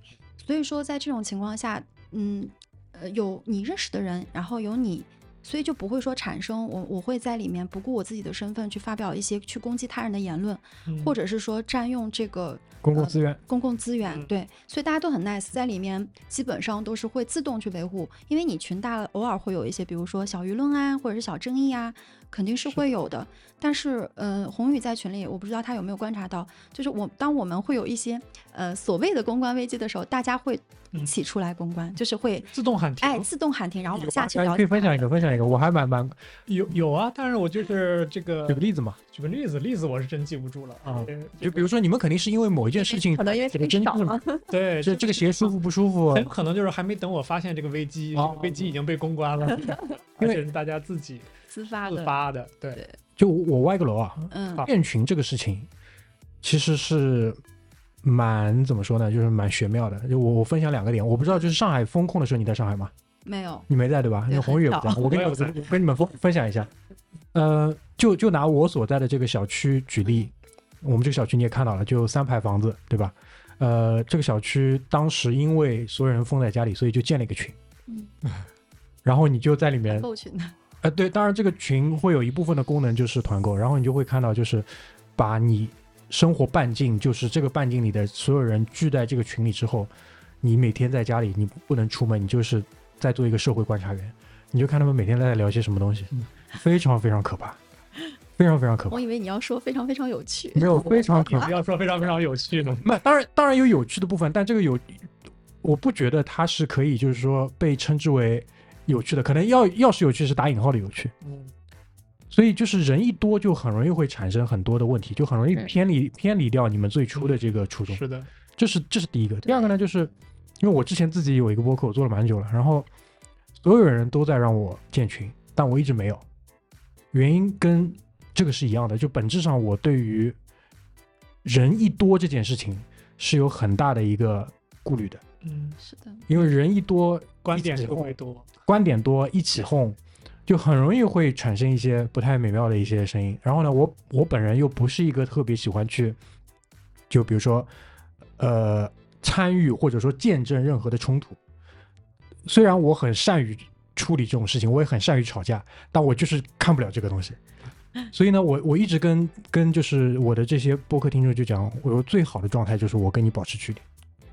Speaker 3: 所以说在这种情况下，嗯，呃，有你认识的人，然后有你所以就不会说产生我我会在里面不顾我自己的身份去发表一些去攻击他人的言论，
Speaker 1: 嗯
Speaker 3: 或者是说占用这个
Speaker 4: 公共资源，
Speaker 3: 公共资源，
Speaker 1: 嗯
Speaker 3: 对，所以大家都很 nice，在里面基本上都是会自动去维护，因为你群大了，偶尔会有一些，比如说小舆论啊，或者是小争议啊，肯定是
Speaker 1: 是
Speaker 3: 会有的。但是，呃，宏宇在群里，我不知道他有没有观察到，就是我当我们会有一些呃所谓的公关危机的时候，大家会一
Speaker 1: 嗯
Speaker 3: 起出来公关，就是会
Speaker 1: 自动喊停。
Speaker 3: 哎自动喊停，然后往
Speaker 4: 有
Speaker 3: 下
Speaker 2: 啊
Speaker 4: 吧
Speaker 3: 去
Speaker 4: 哎
Speaker 3: 聊。
Speaker 4: 可以分享一个，分享一个，我还蛮蛮
Speaker 1: 有有啊，但是我就是这个
Speaker 2: 举个例子嘛，
Speaker 1: 举个例子，例子我是真记不住了
Speaker 2: 啊
Speaker 1: 呃
Speaker 2: 就比如说你们肯定是因为某一件事情
Speaker 5: 可，能因为
Speaker 2: 这个
Speaker 5: 太
Speaker 2: 真
Speaker 5: 少
Speaker 2: 是
Speaker 3: 啊
Speaker 5: 了，
Speaker 1: 对，
Speaker 2: 这这个鞋舒服不舒 服
Speaker 1: 很，有可能就是还没等我发现这个危机，
Speaker 2: 哦
Speaker 1: 这个危机已经被公关了，
Speaker 2: 因
Speaker 1: 而
Speaker 2: 为
Speaker 1: 且是大家自己
Speaker 3: 自发
Speaker 1: 自
Speaker 3: 的，
Speaker 1: 发的，对，
Speaker 2: 就我我歪个楼啊，
Speaker 3: 嗯
Speaker 1: 啊
Speaker 2: 建群这个事情其实是蛮怎么说呢，就是蛮玄妙的。就我我分享两个点，我不知道就是上海风控的时候你在上海吗？
Speaker 3: 没有，
Speaker 2: 你没在对吧？
Speaker 3: 对
Speaker 2: 那红宇也不在，
Speaker 3: 很
Speaker 2: 我跟 你
Speaker 1: 我也
Speaker 2: 们
Speaker 1: 不在
Speaker 2: 我跟你们分分享一下。呃，就就拿我所在的这个小区举例，我们这个小区你也看到了，就三排房子对吧？呃，这个小区当时因为所有人封在家里，所以就建了一个群，
Speaker 3: 嗯，
Speaker 2: 然后你就在里面
Speaker 3: 购群的，
Speaker 2: 呃，对，当然这个群会有一部分的功能就是团购，然后你就会看到就是把你生活半径，就是这个半径里的所有人聚在这个群里之后，你每天在家里你不能出门，你就是在做一个社会观察员，你就看他们每天在聊些什么东西，非常非常可怕，非常非常可怕
Speaker 3: 我，以为你要说非常非常有趣，
Speaker 2: 没有非常可
Speaker 1: 你
Speaker 2: 怕
Speaker 1: 不。要说非常非常有趣的，
Speaker 2: 那当然当然有有趣的部分，但这个有，我不觉得它是可以就是说被称之为有趣的，可能要要是有趣是打引号的有趣。
Speaker 1: 嗯，
Speaker 2: 所以就是人一多，就很容易会产生很多的问题，就很容易
Speaker 3: 对
Speaker 2: 偏离偏离掉你们最初的这个初衷。
Speaker 1: 是的，
Speaker 2: 这是这是第一个。第二个呢，就是因为我之前自己有一个播客，我做了蛮久了，然后所有人都在让我建群，但我一直没有。原因跟这个是一样的，就本质上我对于人一多这件事情是有很大的一个顾虑的，
Speaker 1: 嗯，
Speaker 3: 是的，
Speaker 2: 因为人一多，
Speaker 1: 观点
Speaker 2: 一起
Speaker 1: 就
Speaker 2: 哄
Speaker 1: 会多，
Speaker 2: 观点多，一起哄，就很容易会产生一些不太美妙的一些声音。然后呢，我我本人又不是一个特别喜欢去，就比如说，呃，参与或者说见证任何的冲突。虽然我很善于处理这种事情，我也很善于吵架，但我就是看不了这个东西。所以呢，我我一直跟跟就是我的这些播客听众就讲，我说最好的状态就是我跟你保持距离。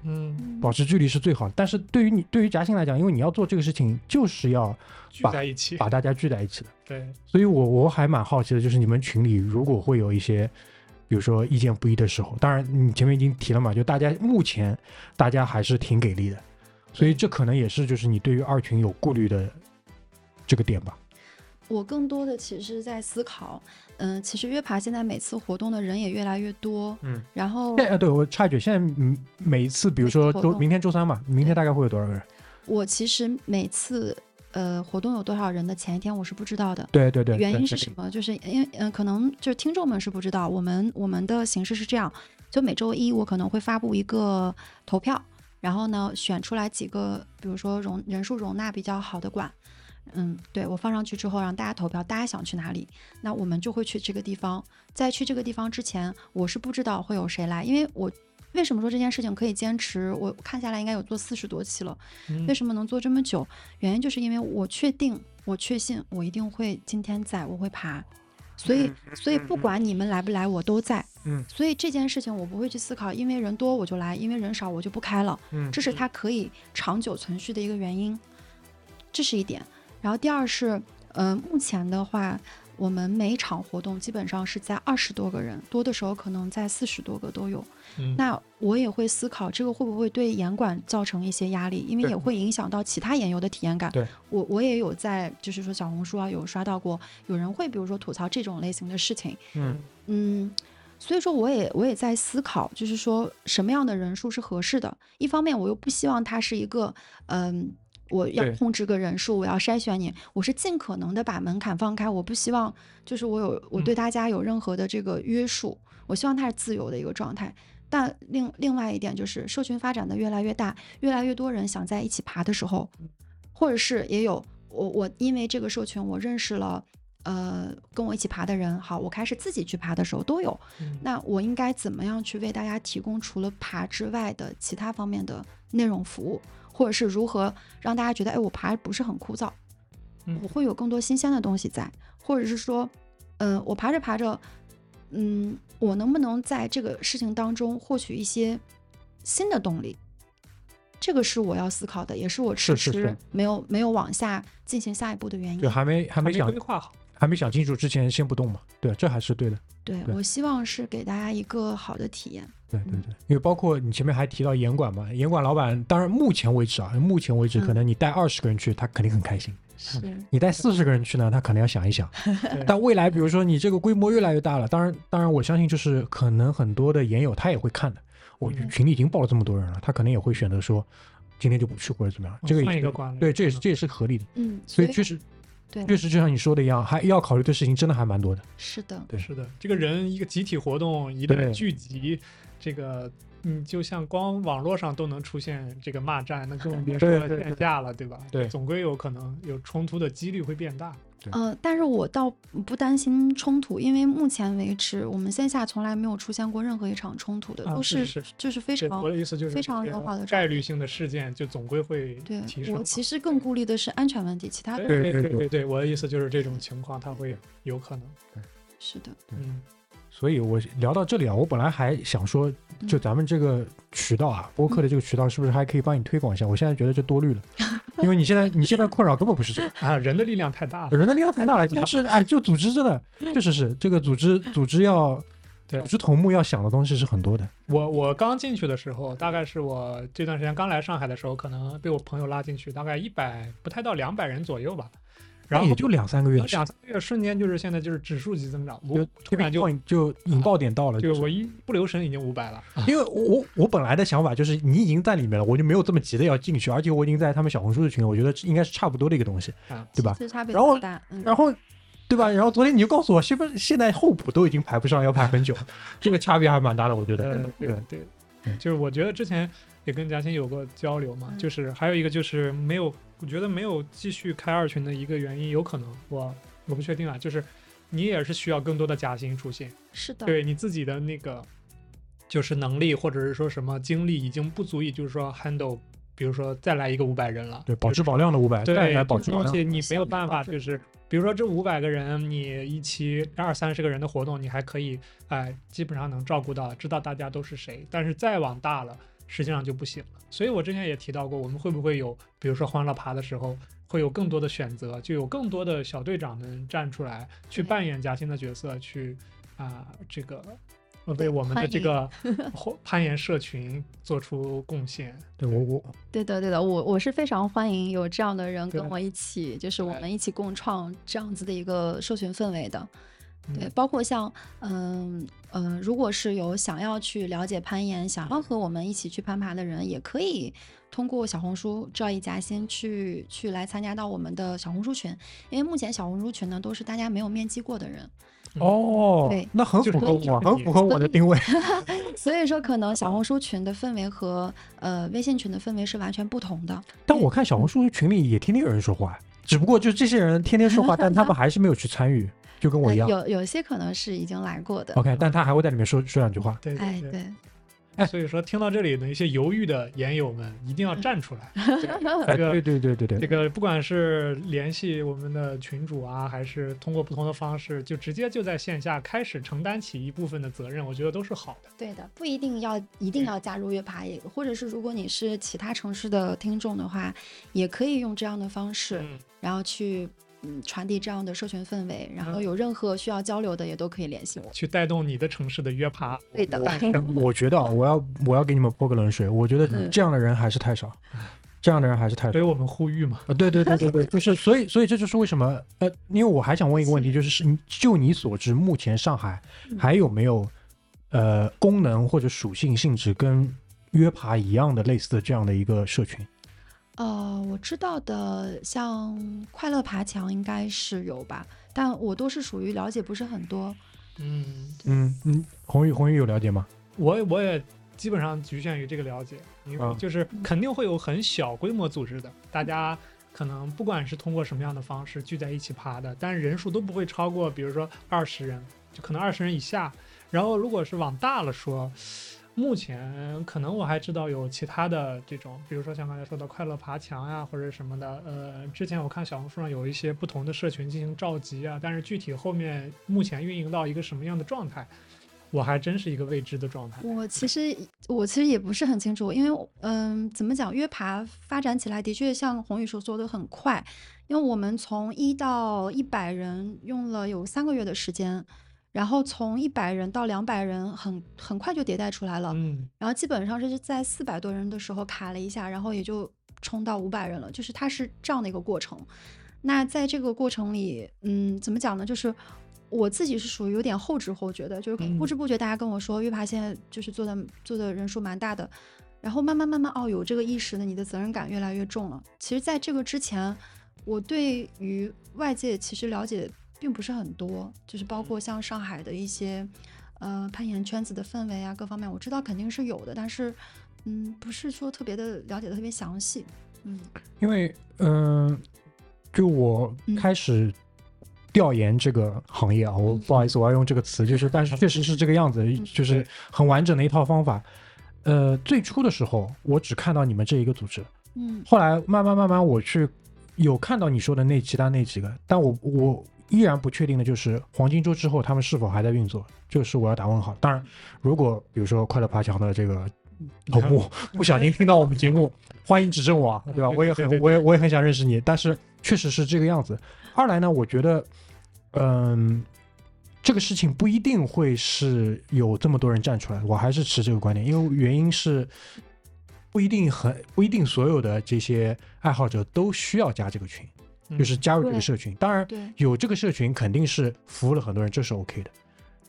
Speaker 1: 嗯，
Speaker 2: 保持距离是最好的。但是对于你对于夹心来讲，因为你要做这个事情，就是要
Speaker 1: 聚
Speaker 2: 把
Speaker 1: 在一起，
Speaker 2: 把大家聚在一起的。
Speaker 1: 对，
Speaker 2: 所以我我还蛮好奇的，就是你们群里如果会有一些，比如说意见不一的时候，当然你前面已经提了嘛，就大家目前大家还是挺给力的，所以这可能也是就是你对于二群有顾虑的这个点吧。
Speaker 3: 我更多的其实在思考，嗯、其实约爬现在每次活动的人也越来越多，
Speaker 2: 嗯，
Speaker 3: 然后
Speaker 2: 现在呃对我插一句，现在嗯每一次比如说
Speaker 3: 每次活
Speaker 2: 周
Speaker 3: 动
Speaker 2: 明天周三嘛，明天大概会有多少个人？
Speaker 3: 我其实每次呃活动有多少人的前一天我是不知道的，
Speaker 2: 对对对，
Speaker 3: 原
Speaker 2: 对对
Speaker 3: 因是什么？就是因为嗯、呃可能就是听众们是不知道，我们我们的形式是这样：就每周一我可能会发布一个投票，然后呢选出来几个，比如说容人数容纳比较好的馆，嗯，对我放上去之后让大家投票，大家想去哪里，那我们就会去这个地方。在去这个地方之前，我是不知道会有谁来，因为我。为什么说这件事情可以坚持？我看下来应该有做四十多期了，
Speaker 1: 嗯
Speaker 3: 为什么能做这么久？原因就是因为我确定，我确信我一定会今天在，我会爬。所以，所以不管你们来不来，我都在。
Speaker 2: 嗯，
Speaker 3: 所以这件事情我不会去思考，因为人多我就来，因为人少我就不开了。
Speaker 2: 嗯
Speaker 3: 这是它可以长久存续的一个原因，这是一点。然后第二是，呃，目前的话，我们每一场活动基本上是在二十多个人，多的时候可能在四十多个都有。
Speaker 1: 嗯
Speaker 3: 那我也会思考，这个会不会对严管造成一些压力？因为
Speaker 2: 对
Speaker 3: 也会影响到其他研游的体验感。
Speaker 2: 对，
Speaker 3: 我我也有在，就是说小红书啊，有刷到过有人会，比如说吐槽这种类型的事情。
Speaker 2: 嗯
Speaker 3: 嗯，所以说我也我也在思考，就是说什么样的人数是合适的。一方面，我又不希望它是一个，嗯，我要
Speaker 2: 对
Speaker 3: 控制个人数，我要筛选你，我是尽可能的把门槛放开，我不希望就是我有我对大家有任何的这个约束，我希望它是自由的一个状态。但另另外一点就是，社群发展的越来越大，越来越多人想在一起爬的时候，或者是也有我我因为这个社群我认识了呃跟我一起爬的人，好，我开始自己去爬的时候都有。
Speaker 1: 嗯
Speaker 3: 那我应该怎么样去为大家提供除了爬之外的其他方面的内容服务，或者是如何让大家觉得哎我爬不是很枯燥？
Speaker 1: 嗯
Speaker 3: 我会有更多新鲜的东西在，或者是说，呃，我爬着爬着，嗯，我能不能在这个事情当中获取一些新的动力？这个是我要思考的，也是我迟
Speaker 2: 是是
Speaker 3: 迟
Speaker 2: 是
Speaker 3: 没有没有往下进行下一步的原因
Speaker 2: 就。还没还没
Speaker 1: 没
Speaker 2: 想
Speaker 1: 规划好。
Speaker 2: 还没想清楚之前先不动嘛。
Speaker 6: 对，这还是对的，
Speaker 3: 对
Speaker 2: 对
Speaker 3: 我希望是给大家一个好的体验。
Speaker 6: 对对对，
Speaker 2: 因为包括你前面还提到严管嘛，严管老板，当然目前为止啊，目前为止
Speaker 3: 嗯
Speaker 2: 可能你带二十个人去，他肯定很开心；
Speaker 3: 是，
Speaker 2: 你带四十个人去呢，他可能要想一想。
Speaker 1: 对
Speaker 2: 但未来，比如说你这个规模越来越大了，当然，当然，我相信就是可能很多的研友他也会看的。我
Speaker 3: 嗯
Speaker 2: 群里已经报了这么多人了，他可能也会选择说今天就不去或者怎么样，这个也
Speaker 1: 哦换
Speaker 2: 是
Speaker 1: 一个关了。
Speaker 2: 对，这也是这也是合理的。
Speaker 3: 嗯，
Speaker 2: 所
Speaker 3: 所
Speaker 2: 以确实，
Speaker 3: 对
Speaker 2: 确实就像你说的一样，还要考虑的事情真的还蛮多的。
Speaker 3: 是的，
Speaker 2: 对
Speaker 1: 是的，这个人一个集体活动，一
Speaker 2: 对
Speaker 1: 旦聚集，这个嗯，就像光网络上都能出现这个骂战，那更别说
Speaker 2: 对对对
Speaker 1: 线下了，对吧？
Speaker 2: 对
Speaker 1: 总归有可能有冲突的几率会变大。
Speaker 3: 呃，但是我倒不担心冲突，因为目前为止，我们线下从来没有出现过任何一场冲突的，
Speaker 1: 啊
Speaker 3: 都
Speaker 1: 是是
Speaker 3: 就是呃非
Speaker 1: 这
Speaker 3: 常
Speaker 1: 我的意思就是
Speaker 3: 非常
Speaker 1: 这个
Speaker 3: 友好的
Speaker 1: 概率性的事件，就总归会
Speaker 3: 对
Speaker 1: 提。升嘛。
Speaker 3: 我其实更顾虑的是安全问题，其他的
Speaker 2: 对
Speaker 1: 对
Speaker 2: 对对
Speaker 1: 对对，我的意思就是这种情况它会有可能。
Speaker 3: 是的，
Speaker 1: 嗯，
Speaker 2: 所以我聊到这里啊，我本来还想说，就
Speaker 3: 嗯
Speaker 2: 咱们这个渠道啊，播客的这个渠道是不是还可以帮你推广一下？我现在觉得这多虑了，因为你现在你现在困扰根本不是这个，
Speaker 1: 啊，人的力量太大了。
Speaker 2: 人的力量太大了，就是哎，就组织真的确实是这个组织组织要
Speaker 1: 对
Speaker 2: 组织头目要想的东西是很多的，
Speaker 1: 我我刚进去的时候，大概是我这段时间刚来上海的时候，可能被我朋友拉进去，大概一百不太到两百人左右吧。然
Speaker 2: 那
Speaker 1: 后
Speaker 2: 也就两三个月的事，
Speaker 1: 两三个月瞬间就是现在就是指数级增长，我
Speaker 2: 就
Speaker 1: 突然就
Speaker 2: 就引爆点到了，
Speaker 1: 就
Speaker 2: 就是
Speaker 1: 我一不留神已经五百了。
Speaker 2: 因为我我我本来的想法就是你已经在里面了，我就没有这么急的要进去，而且我已经在他们小红书的群了，我觉得应该是差不多的一个东西
Speaker 1: 啊，
Speaker 2: 对吧？
Speaker 3: 其实差别
Speaker 2: 然后
Speaker 3: 很大。嗯，
Speaker 2: 然后，对吧？然后昨天你就告诉我，现在现在候补都已经排不上，要排很久， 这个差别还蛮大的，我觉得。
Speaker 1: 嗯，对
Speaker 2: 对
Speaker 1: 对
Speaker 2: 嗯，
Speaker 1: 就是我觉得之前也跟贾欣有过交流嘛，
Speaker 3: 嗯
Speaker 1: 就是还有一个就是没有，我觉得没有继续开二群的一个原因，有可能我我不确定啊，就是你也是需要更多的贾欣出现，
Speaker 3: 是的，
Speaker 1: 对你自己的那个就是能力或者是说什么精力已经不足以，就是说 handle，比如说再来一个五百人了，
Speaker 2: 对，保质保量的五百，
Speaker 1: 对，
Speaker 2: 再来保
Speaker 1: 这
Speaker 2: 质保
Speaker 1: 东
Speaker 2: 量。
Speaker 1: 西你没有
Speaker 3: 想
Speaker 1: 办
Speaker 3: 法
Speaker 1: 法，就是比如说这五百个人，你一期二三十个人的活动，你还可以，哎、基本上能照顾到，知道大家都是谁。但是再往大了，实际上就不行了。所以我之前也提到过，我们会不会有，比如说欢乐爬的时候，会有更多的选择，就有更多的小队长们站出来，去
Speaker 3: 对
Speaker 1: 扮演夹心的角色，去啊、这个。呃为
Speaker 3: 对
Speaker 1: 我们
Speaker 3: 欢
Speaker 1: 的这
Speaker 3: 迎
Speaker 1: 个攀岩社群做出贡献，
Speaker 2: 对我我
Speaker 3: 对的，对的，我我是非常欢迎有这样的人跟
Speaker 1: 对
Speaker 3: 我一起，就是我
Speaker 1: 对
Speaker 3: 们一起共创这样子的一个社群氛围的。对
Speaker 1: 嗯，
Speaker 3: 包括像嗯嗯、呃如果是有想要去了解攀岩、想要和我们一起去攀爬的人，也可以通过小红书“赵一夹心”去去来参加到我们的小红书群，因为目前小红书群呢都是大家没有面基过的人，
Speaker 2: 哦
Speaker 3: 对，
Speaker 2: 那很
Speaker 1: 嗯就是
Speaker 2: 符合
Speaker 1: 就是
Speaker 2: 我，很
Speaker 1: 你
Speaker 2: 符合我的定位。
Speaker 3: 所以说可能小红书群的氛围和呃微信群的氛围是完全不同的。
Speaker 2: 但我看小红书群里也天天有人说话，只不过就这些人天天说话，但他们还是没有去参与，就跟我
Speaker 3: 呃
Speaker 2: 一样。
Speaker 3: 有有些可能是已经来过的。
Speaker 2: OK，但他还会在里面说说两句话。
Speaker 1: 对对
Speaker 3: 哎，
Speaker 1: 对
Speaker 3: 对，
Speaker 1: 所以说，听到这里的一些犹豫的研友们，一定要站出 来。
Speaker 2: 哎，
Speaker 1: 这个
Speaker 2: 对对对对
Speaker 1: 呃这
Speaker 2: 对，
Speaker 1: 个不管是联系我们的群主啊，还是通过不同的方式，就直接就在线下开始承担起一部分的责任，我觉得都是好的。
Speaker 3: 对的，不一定要一
Speaker 1: 嗯
Speaker 3: 定要加入越爬也，或者是如果你是其他城市的听众的话，也可以用这样的方式，
Speaker 1: 嗯
Speaker 3: 然后去嗯传递这样的社群氛围，然后
Speaker 1: 嗯
Speaker 3: 有任何需要交流的也都可以联系我。
Speaker 1: 去带动你的城市的约爬。
Speaker 3: 对的，
Speaker 2: 我觉得啊，我要我要给你们泼个冷水，我觉得
Speaker 3: 嗯
Speaker 2: 这样的人还是太少，
Speaker 1: 嗯
Speaker 2: 这样的人还是太少
Speaker 1: 所。以我们呼吁嘛，
Speaker 2: 啊，对对对对对，就是所以所以这就是为什么呃，因为我还想问一个问题，就是是你就你所知，目前上海
Speaker 3: 嗯
Speaker 2: 还有没有呃功能或者属性性质跟约爬一样的类似的这样的一个社群？
Speaker 3: 呃，我知道的，像快乐爬墙应该是有吧，但我都是属于了解不是很多。
Speaker 1: 嗯，
Speaker 2: 嗯嗯，红宇红宇有了解吗？
Speaker 1: 我我也基本上局限于这个了解，因为
Speaker 2: 啊
Speaker 1: 就是肯定会有很小规模组织的，大家可能不管是通过什么样的方式聚在一起爬的，但是人数都不会超过，比如说二十人，就可能二十人以下。然后如果是往大了说，目前可能我还知道有其他的这种，比如说像刚才说的快乐爬墙呀、啊或者什么的。呃，之前我看小红书上有一些不同的社群进行召集啊，但是具体后面目前运营到一个什么样的状态，我还真是一个未知的状态。
Speaker 3: 我其实我其实也不是很清楚，因为我嗯，怎么讲，约爬发展起来的确像宏宇所说的很快，因为我们从一到一百人用了有三个月的时间，然后从一百人到两百人很很快就迭代出来了，
Speaker 1: 嗯，
Speaker 3: 然后基本上是在四百多人的时候卡了一下，然后也就冲到五百人了，就是它是这样的一个过程。那在这个过程里，嗯，怎么讲呢？就是我自己是属于有点后知后觉的，就是
Speaker 1: 嗯
Speaker 3: 不知不觉大家跟我说，月爬现在就是做的做的人数蛮大的，然后慢慢慢慢哦，有这个意识呢，你的责任感越来越重了。其实，在这个之前，我对于外界其实了解并不是很多，就是包
Speaker 2: 嗯
Speaker 3: 括像上海的一些，呃，攀岩圈子的氛围啊，各方面我知道肯定是有的，但是，嗯，不是说特别的了解的特别详细，嗯
Speaker 2: 因为嗯、就我
Speaker 3: 嗯
Speaker 2: 开始调研这个行业啊，我不好意思，我要用这个词，就是但是确实是这个样子， 就是很完整的一套方法。呃，最初的时候我只看到你们这一个组织，
Speaker 3: 嗯
Speaker 2: 后来慢慢慢慢我去有看到你说的那其他那几个，但我我依然不确定的就是黄金周之后他们是否还在运作，这个是我要打问号。当然，如果比如说快乐爬墙的这个头目不小心听到我们节目，欢迎指正我啊，对吧？我也很我也我也很想认识你，但是确实是这个样子。二来呢，我觉得，嗯。这个事情不一定会是有这么多人站出来，我还是持这个观点，因为原因是，不一定很不一定所有的这些爱好者都需要加这个群，
Speaker 1: 嗯
Speaker 2: 就是加入这个
Speaker 3: 对
Speaker 2: 社群。当然，
Speaker 3: 对，
Speaker 2: 有这个社群肯定是服务了很多人，这是 OK 的，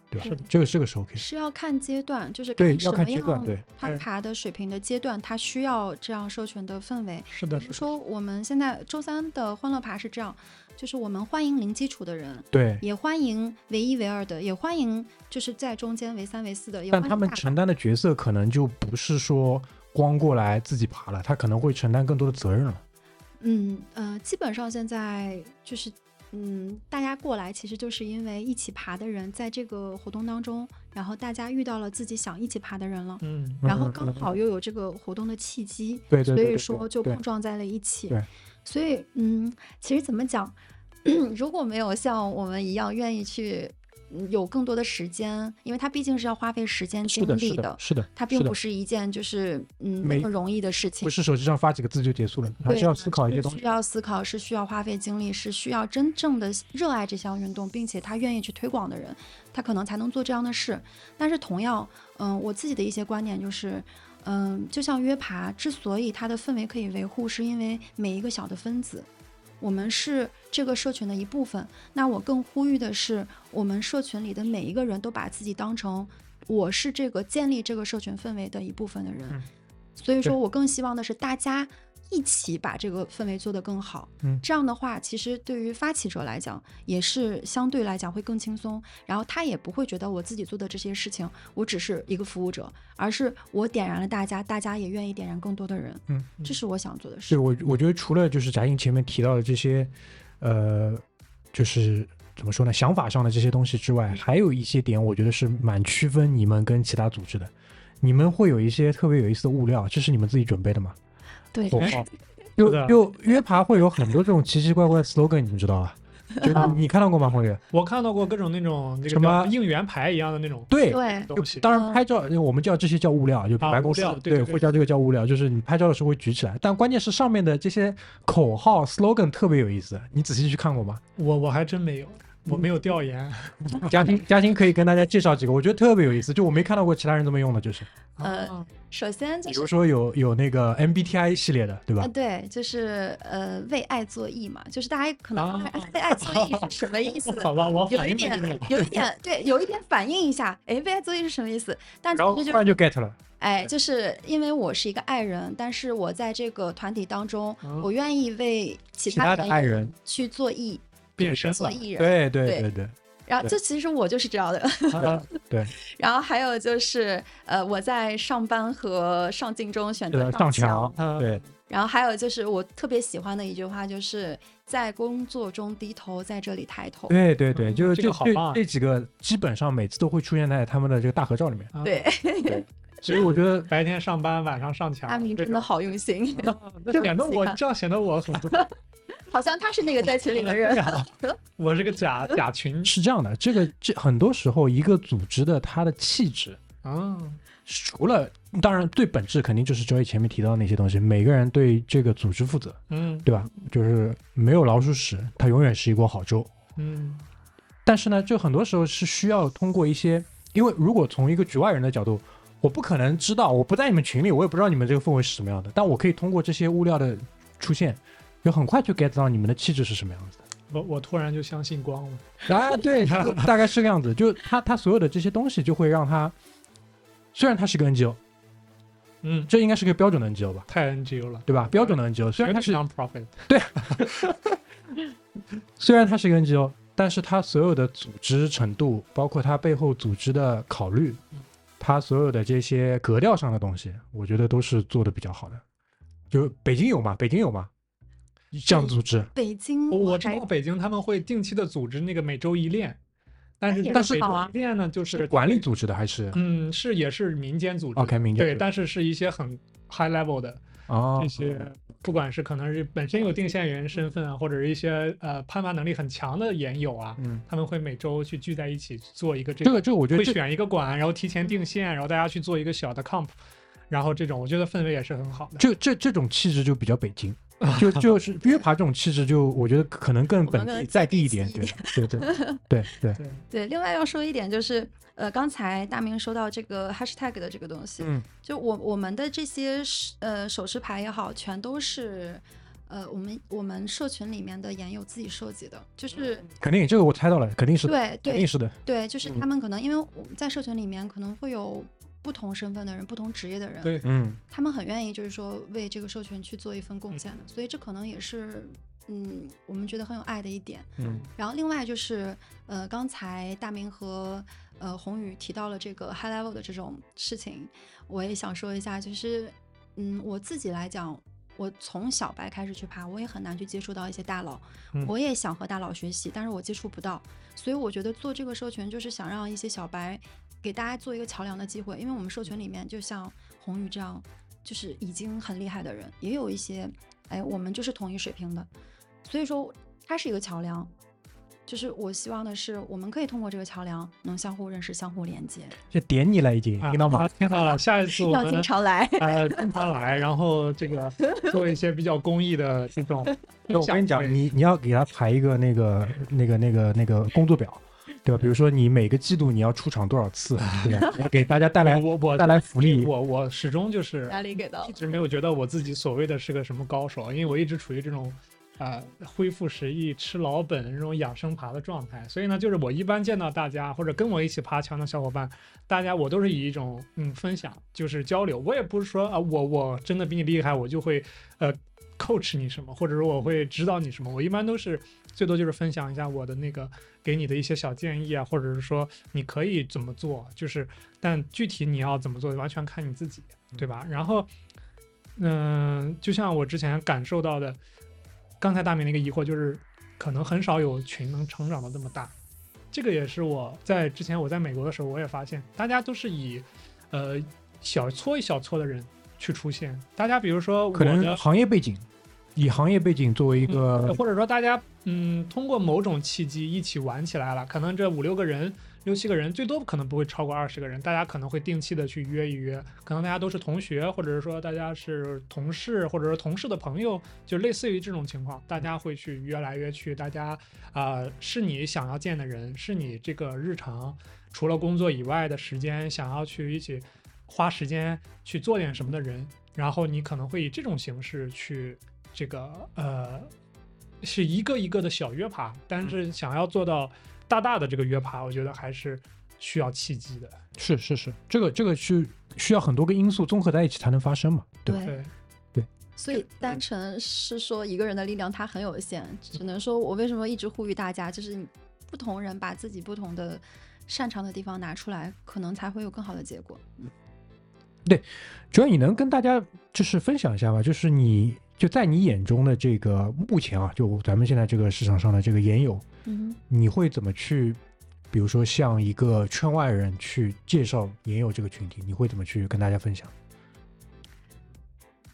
Speaker 2: 对吧？
Speaker 3: 是的
Speaker 2: 这个这个是 OK 的。
Speaker 3: 是要看阶段，就是
Speaker 2: 对
Speaker 3: 什
Speaker 2: 要看
Speaker 3: 么
Speaker 2: 阶段
Speaker 3: 样
Speaker 2: 对
Speaker 3: 攀
Speaker 1: 是
Speaker 3: 爬的水平的阶段，它需要这样社群的氛围。
Speaker 1: 是的，是
Speaker 3: 比如
Speaker 1: 的
Speaker 3: 说我们现在周三的欢乐爬是这样，就是我们欢迎零基础的人，
Speaker 2: 对，
Speaker 3: 也欢迎唯一唯二的，也欢迎就是在中间唯三唯四的，也
Speaker 2: 但
Speaker 3: 欢
Speaker 2: 他
Speaker 3: 迎
Speaker 2: 们
Speaker 3: 大
Speaker 2: 承担的角色可能就不是说光过来自己爬了，他可能会承担更多的责任了。
Speaker 3: 嗯呃，基本上现在就是，嗯，大家过来其实就是因为一起爬的人在这个活动当中，然后大家遇到了自己想一起爬的人了，
Speaker 1: 嗯，
Speaker 3: 然后
Speaker 2: 嗯嗯
Speaker 3: 刚
Speaker 2: 嗯
Speaker 3: 好又有这个活动的契机，
Speaker 2: 对对对
Speaker 3: 所
Speaker 2: 对
Speaker 3: 以说就
Speaker 2: 对
Speaker 3: 碰撞在了一起
Speaker 2: 对。
Speaker 3: 所以嗯，其实怎么讲， 如果没有像我们一样愿意去。嗯有更多的时间，因为它毕竟是要花费时间精
Speaker 2: 是的，
Speaker 3: 力
Speaker 2: 是的，是的，
Speaker 3: 它并
Speaker 2: 是的
Speaker 3: 不是一件就是嗯那
Speaker 2: 没
Speaker 3: 么容易的事情
Speaker 2: 不。是手机上发几个字就结束了，还
Speaker 3: 对
Speaker 2: 是要
Speaker 3: 的
Speaker 2: 思考一
Speaker 3: 是
Speaker 2: 些东西
Speaker 3: 需。要思考，是需要花费精力，是需要真正的热爱这项运动，并且他愿意去推广的人，他可能才能做这样的事。但是同样，嗯、我自己的一些观点就是，嗯、就像约爬，之所以它的氛围可以维护，是因为每一个小的分子。我们是这个社群的一部分，那我更呼吁的是，我们社群里的每一个人都把自己当成我是这个建立这个社群氛围的一部分的人，
Speaker 1: 嗯
Speaker 3: 所以
Speaker 2: 对
Speaker 3: 说我更希望的是大家一起把这个氛围做得更好。
Speaker 2: 嗯
Speaker 3: 这样的话，其实对于发起者来讲，也是相对来讲会更轻松，然后他也不会觉得我自己做的这些事情，我只是一个服务者，而是我点燃了大家，大家也愿意点燃更多的人。
Speaker 2: 嗯，
Speaker 3: 这是我想做的事
Speaker 2: 对。我，我觉得除了就是翟英前面提到的这些，呃，就是怎么说呢，想法上的这些东西之外，还有一些点，我觉得是蛮区分你们跟其他组织的。你们会有一些特别有意思的物料，这是你们自己准备的吗？
Speaker 3: 对，
Speaker 2: 口
Speaker 1: 哎
Speaker 2: 号
Speaker 1: 是
Speaker 2: 就
Speaker 1: 的
Speaker 2: 就约爬会有很多这种奇奇怪怪的 slogan，你们知道 吧？就你看到过吗，红宇？
Speaker 1: 我看到过各种那种那个
Speaker 2: 什么
Speaker 1: 叫应援牌一样的那种
Speaker 2: 对，
Speaker 3: 对，
Speaker 1: 东西，
Speaker 2: 当
Speaker 3: 嗯
Speaker 2: 然拍照，我们叫这些叫物料，就
Speaker 1: 啊
Speaker 2: 白公司、
Speaker 1: 物料对对对
Speaker 2: 会叫这个叫物料，就是你拍照的时候会举起来。但关键是上面的这些口号 slogan 特别有意思，你仔细去看过吗？
Speaker 1: 我我还真没有，我没有调研。
Speaker 2: 嘉欣，嘉欣可以跟大家介绍几个，我觉得特别有意思，就我没看到过其他人这么用的，就是
Speaker 3: 呃，首先就
Speaker 2: 比
Speaker 3: 是
Speaker 2: 如说有有那个 MBTI 系列的，对吧
Speaker 3: 啊，？对，就是呃，为爱作义嘛，就是大家可能、
Speaker 1: 啊？
Speaker 3: 为爱作义是什么意思
Speaker 1: 好吧，我
Speaker 3: 有
Speaker 1: 反
Speaker 3: 一
Speaker 1: 应没
Speaker 3: 点，有一点，对，有一点反映一下，哎，为爱作义是什么意思？但其
Speaker 2: 然后
Speaker 3: 实
Speaker 2: 突
Speaker 3: 就是，
Speaker 2: 然就 get 了，
Speaker 3: 哎，就是因为我是一个爱人，但是我在这个团体当中，
Speaker 1: 嗯
Speaker 3: 我愿意为其
Speaker 2: 其他的爱
Speaker 3: 人
Speaker 2: 人，
Speaker 3: 去做义，
Speaker 1: 变身
Speaker 3: 做
Speaker 1: 了。
Speaker 3: 艺人。
Speaker 2: 对对
Speaker 3: 对
Speaker 2: 对对，
Speaker 3: 然后，这其实我就是这样的。
Speaker 1: 啊
Speaker 3: 然后还有就是，呃，我在上班和上镜中选择
Speaker 2: 呃，上
Speaker 3: 墙嗯
Speaker 2: 墙，，对，
Speaker 3: 然后还有就是我特别喜欢的一句话，就是在工作中低头，在这里抬头。
Speaker 2: 对对对，
Speaker 1: 嗯
Speaker 2: 就是
Speaker 1: 这
Speaker 2: 这
Speaker 1: 个好
Speaker 2: 这
Speaker 1: 棒啊
Speaker 2: 这几个基本上每次都会出现在他们的这个大合照里面。
Speaker 1: 啊
Speaker 3: 对，
Speaker 2: 所以我觉得
Speaker 1: 白天上班，晚上上
Speaker 2: 啊
Speaker 1: 墙。
Speaker 3: 阿明
Speaker 1: 这
Speaker 3: 真的好用
Speaker 2: 嗯
Speaker 3: 心，
Speaker 1: 这显得我
Speaker 3: 对不起啊
Speaker 1: 这样显得我很
Speaker 3: 好像他是那个在群里 的人。
Speaker 1: 我是个假假群
Speaker 2: 是这样的，这个这很多时候一个组织的它的气质，
Speaker 1: 啊，
Speaker 2: 除了当然最本质肯定就是 Joy 前面提到的那些东西，每个人对这个组织负责，
Speaker 1: 嗯
Speaker 2: 对吧？就是没有老鼠屎，它永远是一锅好粥。
Speaker 1: 嗯
Speaker 2: 但是呢，就很多时候是需要通过一些，因为如果从一个局外人的角度，我不可能知道，我不在你们群里，我也不知道你们这个氛围是什么样的，但我可以通过这些物料的出现，就很快就 get 到你们的气质是什么样子的。
Speaker 1: 我我突然就相信光了，
Speaker 2: 啊，对，大概是个样子。就他他所有的这些东西，就会让他，虽然他是个 NGO，
Speaker 1: 嗯，
Speaker 2: 这应该是个标准的 NGO 吧，
Speaker 1: 太 NGO 了，
Speaker 2: 对吧？标准的 NGO，虽
Speaker 1: 绝
Speaker 2: 然
Speaker 1: 对
Speaker 2: 哎他是
Speaker 1: nonprofit，
Speaker 2: 虽然它是一个 NGO，但是它所有的组织程度，包括它背后组织的考虑，它所有的这些格调上的东西，我觉得都是做的比较好的。就北京有嘛，北京有嘛，这样的组织，
Speaker 3: 北京
Speaker 1: 我我知
Speaker 3: 还
Speaker 1: 道北京他们会定期的组织那个每周一练，但是
Speaker 3: 那也
Speaker 1: 但
Speaker 3: 是
Speaker 1: 是每
Speaker 3: 好
Speaker 1: 周
Speaker 3: 啊
Speaker 1: 一练呢，就是
Speaker 2: 管理组织的还是
Speaker 1: 嗯是也是民间组织
Speaker 2: OK 民间
Speaker 1: 对，但是是一些很 high level 的
Speaker 2: 哦
Speaker 1: 这，些，不管是可能是本身有定线员身份啊，或者是一些呃攀爬能力很强的研友啊，
Speaker 2: 嗯，
Speaker 1: 他们会每周去聚在一起做一个这
Speaker 2: 这
Speaker 1: 个
Speaker 2: 个这个我觉
Speaker 1: 会
Speaker 2: 得这
Speaker 1: 选一个馆，然后提前定线，然后大家去做一个小的 comp，然后这种我觉得氛围也是很好的。
Speaker 2: 这这这种气质就比较北 京。就就是约爬这种气质，就我觉得可能更
Speaker 3: 我们
Speaker 2: 本地
Speaker 3: 更
Speaker 2: 在地一点，
Speaker 3: 接
Speaker 2: 对对
Speaker 3: 地
Speaker 2: 对对对，
Speaker 1: 对，
Speaker 3: 对，另外要说一点就是，呃，刚才大明说到这个 hashtag 的这个东西，
Speaker 2: 嗯，
Speaker 3: 就我我们的这些是呃手持牌也好，全都是。呃，我们我们社群里面的研友自己设计的，就是
Speaker 2: 肯定这个我猜到了，肯定嗯是的，
Speaker 3: 对
Speaker 2: 肯定
Speaker 3: 对
Speaker 2: 是的，
Speaker 3: 对，就是
Speaker 2: 嗯
Speaker 3: 他们可能因为我们在社群里面可能会有不同身份的人、不同职业的人，
Speaker 1: 对
Speaker 2: 嗯，
Speaker 3: 他们很愿意就是说为这个社群去做一份贡献的，所以这可能也是嗯我们觉得很有爱的一点。
Speaker 2: 嗯，
Speaker 3: 然后另外就是呃刚才大明和呃宏宇提到了这个 high level 的这种事情，我也想说一下，就是嗯我自己来讲。我从小白开始去爬，我也很难去接触到一些大佬，
Speaker 1: 嗯
Speaker 3: 我也想和大佬学习，但是我接触不到，所以我觉得做这个社群就是想让一些小白给大家做一个桥梁的机会，因为我们社群里面就像宏宇这样，就是已经很厉害的人，也有一些，哎，我们就是同一水平的，所以说它是一个桥梁。就是我希望的是，我们可以通过这个桥梁能相互认识、相互连接，
Speaker 2: 这点你了已经，
Speaker 1: 啊
Speaker 2: 听到吗？
Speaker 1: 啊听到了，下一次我
Speaker 3: 要经
Speaker 1: 们
Speaker 3: 常来。
Speaker 1: 呃经常来，然后这个做一些比较公益的这种
Speaker 2: 就我跟你
Speaker 1: 分
Speaker 2: 讲，
Speaker 1: 享
Speaker 2: 你你要给他排一个那个那个那个那个工作表，对吧？比如说你每个季度你要出场多少次，对吧？你要给大家带来
Speaker 1: 我我
Speaker 2: 带来福利。
Speaker 1: 我我始终就是
Speaker 3: 压力给到
Speaker 1: 一直没有觉得我自己所谓的是个什么高手，因为我一直处于这种。啊、恢复食欲、吃老本这种养生爬的状态，所以呢，就是我一般见到大家或者跟我一起爬墙的小伙伴，大家我都是以一种嗯分享，就是交流。我也不是说啊、我我真的比你厉害，我就会呃 coach 你什么，或者说我会指导你什么。我一般都是最多就是分享一下我的那个给你的一些小建议啊，或者是说你可以怎么做，就是但具体你要怎么做，完全看你自己，对吧？然后，嗯、就像我之前感受到的，刚才大明的一个疑惑就是，可能很少有群能成长到这么大。这个也是我在之前我在美国的时候，我也发现大家都是以，呃，小撮一小撮的人去出现。大家比如说我
Speaker 2: 可能
Speaker 1: 的
Speaker 2: 行业背景，以行业背景作为一
Speaker 1: 嗯
Speaker 2: 个
Speaker 1: 或者说大家嗯通过某种契机一起玩起来了，可能这五六个人、六七个人，最多可能不会超过二十个人，大家可能会定期的去约一约，可能大家都是同学，或者是说大家是同事，或者说同事的朋友，就类似于这种情况，大家会去约来约去，大家啊、是你想要见的人，是你这个日常除了工作以外的时间想要去一起花时间去做点什么的人，然后你可能会以这种形式去这个呃，是一个一个的小约爬，但是想要做到大大的这个约爬，我觉得还是需要契机的。
Speaker 2: 是是是，这个这个是需要很多个因素综合在一起才能发生嘛，对吧？
Speaker 3: 对，
Speaker 1: 对，
Speaker 3: 所以单纯是说一个人的力量它很有限，只能说我为什么一直呼吁大家，就是你不同人把自己不同的擅长的地方拿出来，可能才会有更好的结果。
Speaker 2: 主要你能跟大家就是分享一下吧，就是你就在你眼中的这个目前啊，就咱们现在这个市场上的这个研友，
Speaker 3: 嗯，
Speaker 2: 你会怎么去比如说像一个圈外人去介绍研友这个群体，你会怎么去跟大家分享？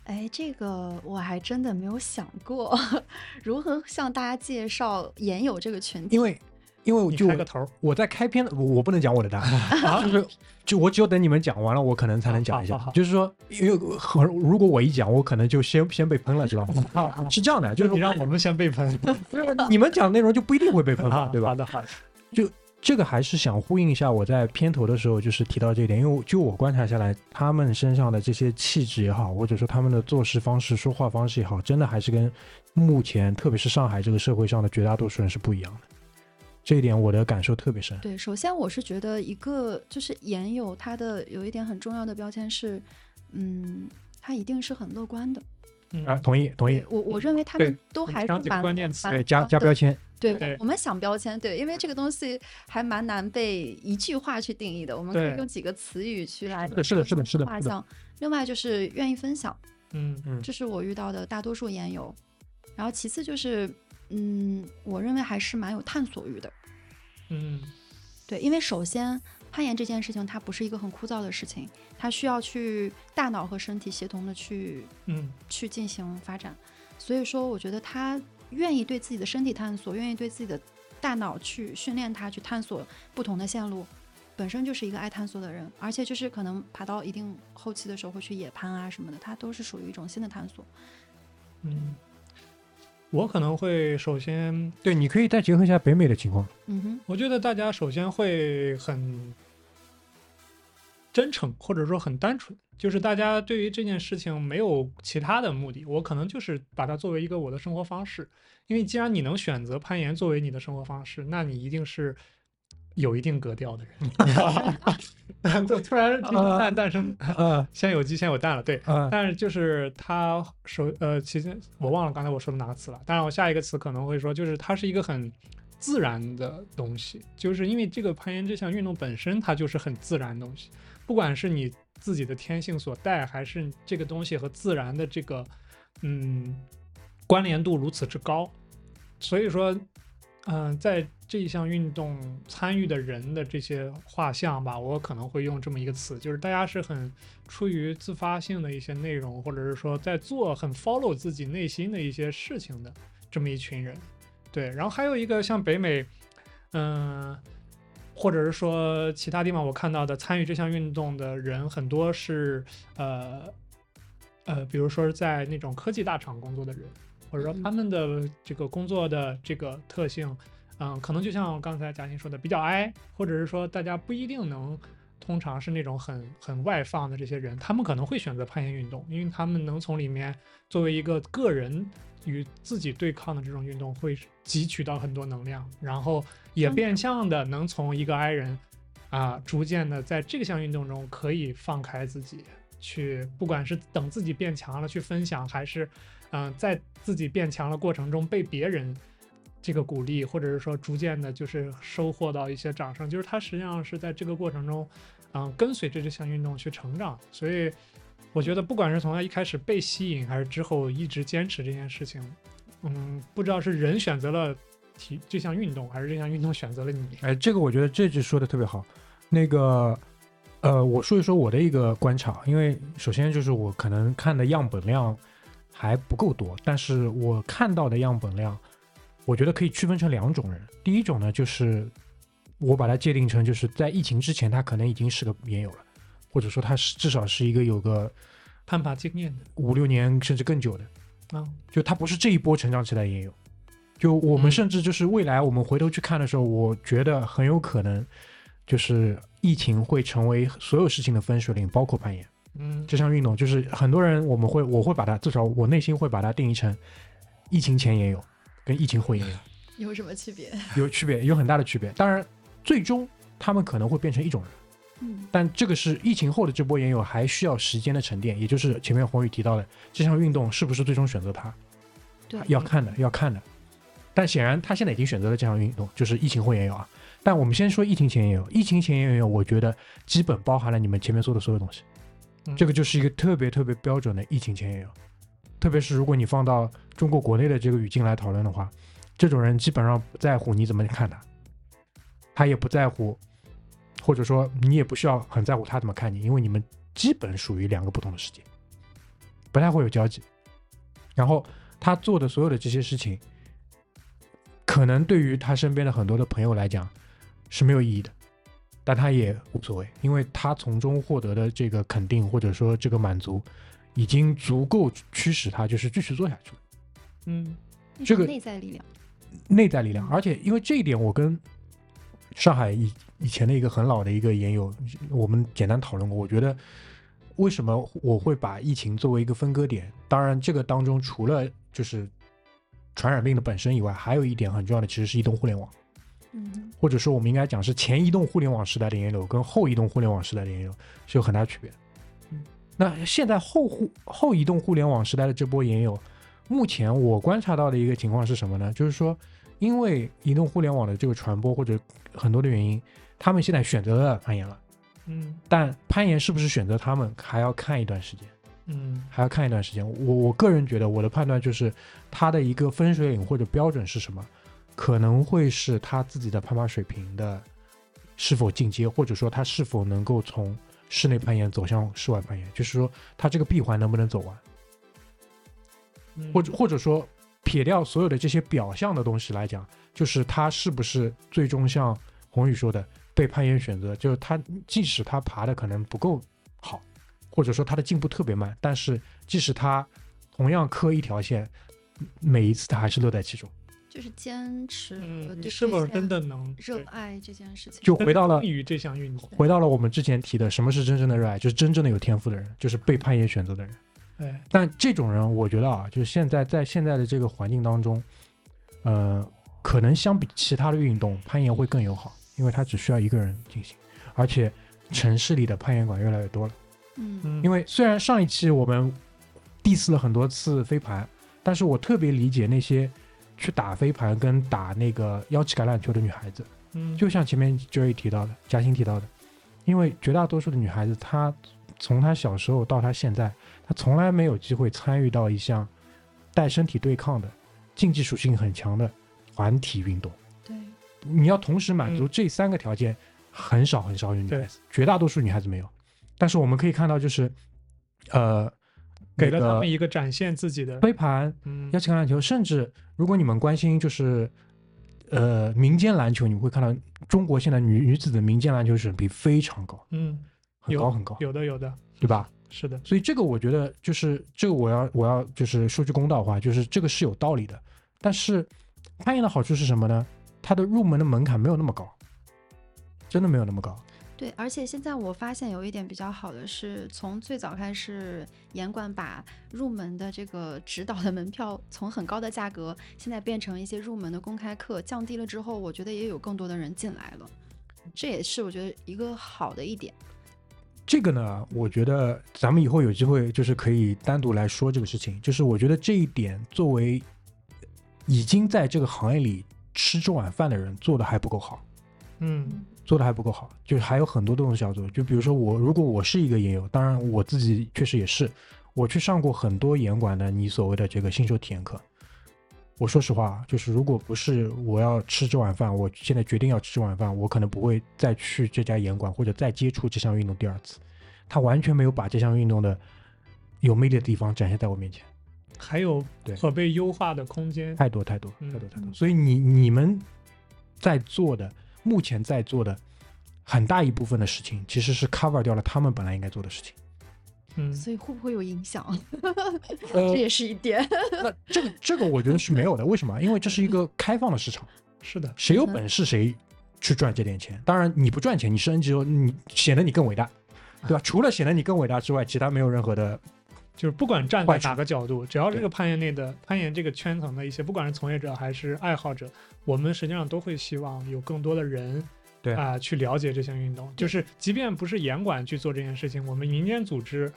Speaker 3: 哎，这个我还真的没有想过 如何向大家介绍研友这个群体。
Speaker 2: 因为因为我
Speaker 1: 你
Speaker 2: 就
Speaker 1: 开个头儿，
Speaker 2: 我在开篇，我我不能讲我的答 案，就是就我只有等你们讲完了，我可能才能讲一
Speaker 1: 好好
Speaker 2: 下
Speaker 1: 好。
Speaker 2: 就是说，因为很如果我一讲，我可能就先先被喷了，知道吗？是这样的，就是
Speaker 1: 你啊让我们先被喷，
Speaker 2: 你们讲的内容就不一定会被喷嘛，对吧
Speaker 1: 好？的好的，
Speaker 2: 这个还是想呼应一下我在片头的时候就是提到这一点，因为我就我观察下来，他们身上的这些气质也好，或者说他们的做事方式、说话方式也好，真的还是跟目前特别是上海这个社会上的绝大多数人是不一样的。这一点我的感受特别深。
Speaker 3: 对，首先我是觉得一个就是研友，他的有一点很重要的标签是，嗯，他一定是很乐观的。
Speaker 1: 嗯
Speaker 2: 啊，同意同意
Speaker 3: 对，我我认为他
Speaker 1: 对
Speaker 3: 们都还是
Speaker 1: 讲几个
Speaker 3: 蛮
Speaker 1: 关键词
Speaker 3: 蛮
Speaker 2: 对，加
Speaker 3: 乐
Speaker 2: 加
Speaker 3: 观的
Speaker 2: 标签，
Speaker 3: 对，我
Speaker 1: 对
Speaker 3: 我们想标签，对，因为这个东西还蛮难被一句话去定义的，我们可以
Speaker 1: 对
Speaker 3: 用几个词语去来
Speaker 2: 是的是的是的是的
Speaker 3: 画
Speaker 2: 是的
Speaker 3: 像。另外就是愿意分享，
Speaker 1: 嗯
Speaker 3: 这是我遇到的大多数研友。然后其次就是，嗯，我认为还是蛮有探索欲的，
Speaker 1: 嗯
Speaker 3: 对，因为首先攀岩这件事情它不是一个很枯燥的事情，它需要去大脑和身体协同的去
Speaker 1: 嗯
Speaker 3: 去进行发展。所以说，我觉得他愿意对自己的身体探索，愿意对自己的大脑去训练他去探索不同的线路，本身就是一个爱探索的人，而且就是可能爬到一定后期的时候会去野攀啊什么的，他都是属于一种新的探索。
Speaker 1: 嗯，我可能会首先
Speaker 2: 对，你可以再结合一下北美的情况。
Speaker 3: 嗯哼，
Speaker 1: 我觉得大家首先会很真诚，或者说很单纯，就是大家对于这件事情没有其他的目的，我可能就是把它作为一个我的生活方式。因为既然你能选择攀岩作为你的生活方式，那你一定是有一定格调的人。 突然 蛋诞生，
Speaker 2: 呃
Speaker 1: 先有鸡先有蛋了，对。
Speaker 2: 呃，
Speaker 1: 但是就是他首呃，其实我忘了刚才我说的哪个词了。当然，我下一个词可能会说，就是它是一个很自然的东西，就是因为这个攀岩这项运动本身它就是很自然的东西，不管是你自己的天性所带，还是这个东西和自然的这个嗯关联度如此之高，所以说，嗯、在这一项运动参与的人的这些画像吧，我可能会用这么一个词，就是大家是很出于自发性的一些内容，或者是说在做很 follow 自己内心的一些事情的这么一群人。对，然后还有一个像北美，嗯、或者是说其他地方我看到的参与这项运动的人很多是呃呃，比如说是在那种科技大厂工作的人，或者说
Speaker 3: 嗯
Speaker 1: 他们的这个工作的这个特性，嗯、可能就像刚才贾欣说的，比较 I，或者是说大家不一定能。通常是那种很很外放的这些人，他们可能会选择攀岩运动，因为他们能从里面作为一个个人与自己对抗的这种运动，会汲取到很多能量，然后也
Speaker 3: 嗯
Speaker 1: 变相的能从一个 I 人啊，逐渐的在这项运动中可以放开自己，去不管是等自己变强了去分享，还是嗯、呃在自己变强的过程中被别人这个鼓励，或者是说逐渐的就是收获到一些掌声，就是他实际上是在这个过程中，嗯、跟随着这项运动去成长，所以。我觉得，不管是从他一开始被吸引，还是之后一直坚持这件事情，嗯，不知道是人选择了体这项运动，还是这项运动选择了你。
Speaker 2: 哎，这个我觉得这句说的特别好。那个，呃，我说一说我的一个观察，因为首先就是我可能看的样本量还不够多，但是我看到的样本量，我觉得可以区分成两种人。第一种呢，就是我把它界定成就是在疫情之前，他可能已经是个研友了，或者说他是至少是一个有个
Speaker 1: 攀爬经验的
Speaker 2: 五六年甚至更久的。
Speaker 1: 啊，
Speaker 2: 就他不是这一波成长起来的也有，就我们
Speaker 1: 嗯
Speaker 2: 甚至就是未来我们回头去看的时候，我觉得很有可能就是疫情会成为所有事情的分水岭，包括攀岩
Speaker 1: 嗯，
Speaker 2: 这项运动。就是很多人我们会我会把它至少我内心会把它定义成疫情前也有，跟疫情后也有。
Speaker 3: 有什么区别？
Speaker 2: 有区别，有很大的区别。当然，最终他们可能会变成一种人，
Speaker 3: 嗯，
Speaker 2: 但这个是疫情后的这波研友还需要时间的沉淀，也就是前面宏宇提到的，这项运动是不是最终选择他，
Speaker 3: 对
Speaker 2: 要看的，要看的。但显然他现在已经选择了这项运动，就是疫情后研友啊。但我们先说疫情前研友，疫情前研友，我觉得基本包含了你们前面说的所有东西。
Speaker 1: 嗯
Speaker 2: 这个就是一个特别特别标准的疫情前也有，特别是如果你放到中国国内的这个语境来讨论的话，这种人基本上不在乎你怎么看他，他也不在乎，或者说你也不需要很在乎他怎么看你，因为你们基本属于两个不同的世界，不太会有交集。然后他做的所有的这些事情，可能对于他身边的很多的朋友来讲是没有意义的，但他也无所谓，因为他从中获得的这个肯定或者说这个满足，已经足够驱使他就是继续做下去了。
Speaker 1: 嗯
Speaker 3: 那
Speaker 2: 这
Speaker 3: 种
Speaker 2: 个
Speaker 3: 内在力量，
Speaker 2: 内在力量
Speaker 3: 嗯。
Speaker 2: 而且因为这一点，我跟上海以以前的一个很老的一个研友，我们简单讨论过。我觉得为什么我会把疫情作为一个分割点？当然，这个当中除了就是传染病的本身以外，还有一点很重要的，其实是移动互联网，
Speaker 3: 嗯，
Speaker 2: 或者说我们应该讲是前移动互联网时代的研流跟后移动互联网时代的研流是有很大区别的
Speaker 1: 嗯。
Speaker 2: 那现在后互后移动互联网时代的这波研友，目前我观察到的一个情况是什么呢？就是说，因为移动互联网的这个传播或者很多的原因，他们现在选择了攀岩了。
Speaker 1: 嗯
Speaker 2: 但攀岩是不是选择他们，还要看一段时间，
Speaker 1: 嗯
Speaker 2: 还要看一段时间。我我个人觉得，我的判断就是，他的一个分水岭或者标准是什么，可能会是他自己的攀爬水平的是否进阶，或者说他是否能够从室内攀岩走向室外攀岩，就是说他这个闭环能不能走完。
Speaker 1: 嗯，
Speaker 2: 或者或者说撇掉所有的这些表象的东西来讲，就是他是不是最终像宏宇说的被攀岩选择，就是他即使他爬的可能不够好，或者说他的进步特别慢，但是即使他同样磕一条线，每一次他还是乐在其中，
Speaker 3: 就是坚持和
Speaker 1: 嗯，
Speaker 3: 呃对
Speaker 1: 你是否
Speaker 3: 自己
Speaker 1: 真的能
Speaker 3: 热
Speaker 1: 对
Speaker 3: 爱这件事情，
Speaker 2: 就回 到了
Speaker 1: 对于这项运动？
Speaker 2: 回到了我们之前提的什么是真正的热爱，就是真正的有天赋的人，就是被攀岩选择的人。
Speaker 1: 哎，
Speaker 2: 但这种人，我觉得啊，就是现在在现在的这个环境当中，呃，可能相比其他的运动，攀岩会更友好，因为它只需要一个人进行，而且城市里的攀岩馆越来越多了。
Speaker 3: 嗯
Speaker 1: 嗯，
Speaker 2: 因
Speaker 1: 为
Speaker 2: 为虽然上一期我们 diss 了很多次飞盘，但是我特别理解那些去打飞盘跟打那个腰旗橄榄球的女孩子，
Speaker 1: 嗯
Speaker 2: 就像前面 Joy 提到的，嘉欣提到的，因为绝大多数的女孩子，她从她小时候到她现在，她从来没有机会参与到一项带身体对抗的、竞技属性很强的团体运动。
Speaker 3: 对，
Speaker 2: 你要同时满足
Speaker 1: 嗯
Speaker 2: 这三个条件，很少很少有女孩
Speaker 1: 对
Speaker 2: 子，绝大多数女孩子没有。但是我们可以看到，就是呃，
Speaker 1: 给
Speaker 2: 那
Speaker 1: 了
Speaker 2: 个
Speaker 1: 他们一个展现自己的，
Speaker 2: 飞盘、
Speaker 1: 嗯
Speaker 2: 邀请橄榄球，甚至如果你们关心就是呃民间篮球，你们会看到中国现在女女子的民间篮球水平非常高，
Speaker 1: 嗯，
Speaker 2: 很高很高，
Speaker 1: 有的有的，
Speaker 2: 对吧？
Speaker 1: 是的，
Speaker 2: 所以这个我觉得就是这个我要我要就是说句公道话，就是这个是有道理的。但是攀岩的好处是什么呢？它的入门的门槛没有那么高，真的没有那么高。
Speaker 3: 对，而且现在我发现有一点比较好的是，从最早开始，严管把入门的这个指导的门票从很高的价格，现在变成一些入门的公开课，降低了之后，我觉得也有更多的人进来了，这也是我觉得一个好的一点。
Speaker 2: 这个呢，我觉得咱们以后有机会就是可以单独来说这个事情。就是我觉得这一点，作为已经在这个行业里吃这碗饭的人，做的还不够好，
Speaker 1: 嗯
Speaker 2: 做的还不够好。就是还有很多这种小组，就比如说我，如果我是一个研友，当然我自己确实也是，我去上过很多严管的你所谓的这个新手体验课。我说实话，就是如果不是我要吃这碗饭，我现在决定要吃这碗饭，我可能不会再去这家严管或者再接触这项运动第二次。他完全没有把这项运动的有魅力的地方展现在我面前，
Speaker 1: 还有
Speaker 2: 对哎
Speaker 1: 可被优化的空间，
Speaker 2: 太多太多太
Speaker 1: 嗯
Speaker 2: 多太多。
Speaker 3: 嗯
Speaker 2: 所以你你们在做的，目前在做的很大一部分的事情，其实是 cover 掉了他们本来应该做的事情。
Speaker 1: 嗯
Speaker 3: 所以会不会有影响？
Speaker 2: 呃
Speaker 3: 这，也是一点。
Speaker 2: 那这个这个我觉得是没有的，为什么？因为这是一个开放的市场，
Speaker 1: 是的，
Speaker 2: 谁有本事谁去赚这点钱。当然你不赚钱，你是 NGO，你显得你更伟大，对吧？除了显得你更伟大之外，其他没有任何的
Speaker 1: 就是不管站在
Speaker 2: 坏处
Speaker 1: 哪个角度，只要这
Speaker 2: 对
Speaker 1: 个攀岩内的攀岩这个圈层的一些，不管是从业者还是爱好者，我们实际上都会希望有更多的人。
Speaker 2: 对
Speaker 1: 啊、去了解这项运动，就是即便不是严管去做这件事情，我们民间组织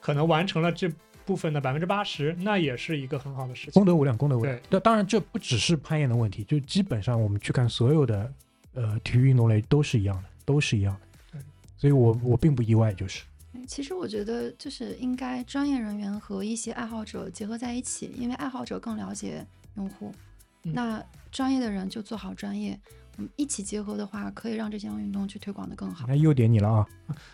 Speaker 1: 可能完成了这部分的百分之八十，那也是一个很好的事情
Speaker 2: 功。德无量，功德无量
Speaker 1: 对。
Speaker 2: 那当然，这不只是攀岩的问题，就基本上我们去看所有的呃体育运动类都是一样的，都是一样的
Speaker 1: 对。
Speaker 2: 所以我我并不意外，就是
Speaker 3: 其实我觉得就是应该专业人员和一些爱好者结合在一起，因为爱好者更了解用户，
Speaker 1: 嗯
Speaker 3: 那专业的人就做好专业，我们一起结合的话，可以让这项运动去推广的更好。
Speaker 2: 那又点你了 啊，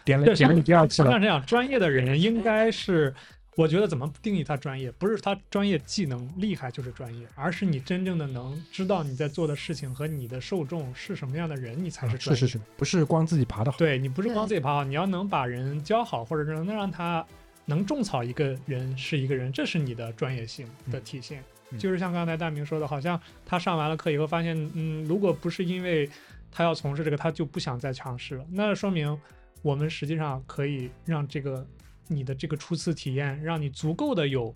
Speaker 2: 点了
Speaker 1: 这
Speaker 2: 点了你第二次
Speaker 1: 像
Speaker 2: 了。
Speaker 1: 这样，专业的人应该是，我觉得怎么定义他专业，不是他专业技能厉害就是专业，而是你真正的能知道你在做的事情和你的受众是什么样的人，你才是专
Speaker 2: 是
Speaker 1: 业。
Speaker 2: 是是，不是光自己爬的好。
Speaker 1: 对你不是光
Speaker 3: 对
Speaker 1: 自己爬好，你要能把人教好，或者是能让他能种草一个人是一个人，这是你的专业性的体现。
Speaker 2: 嗯
Speaker 1: 就是像刚才大明说的，好像他上完了课以后发现，嗯，如果不是因为他要从事这个，他就不想再尝试了。那说明我们实际上可以让这个你的这个初次体验，让你足够的有。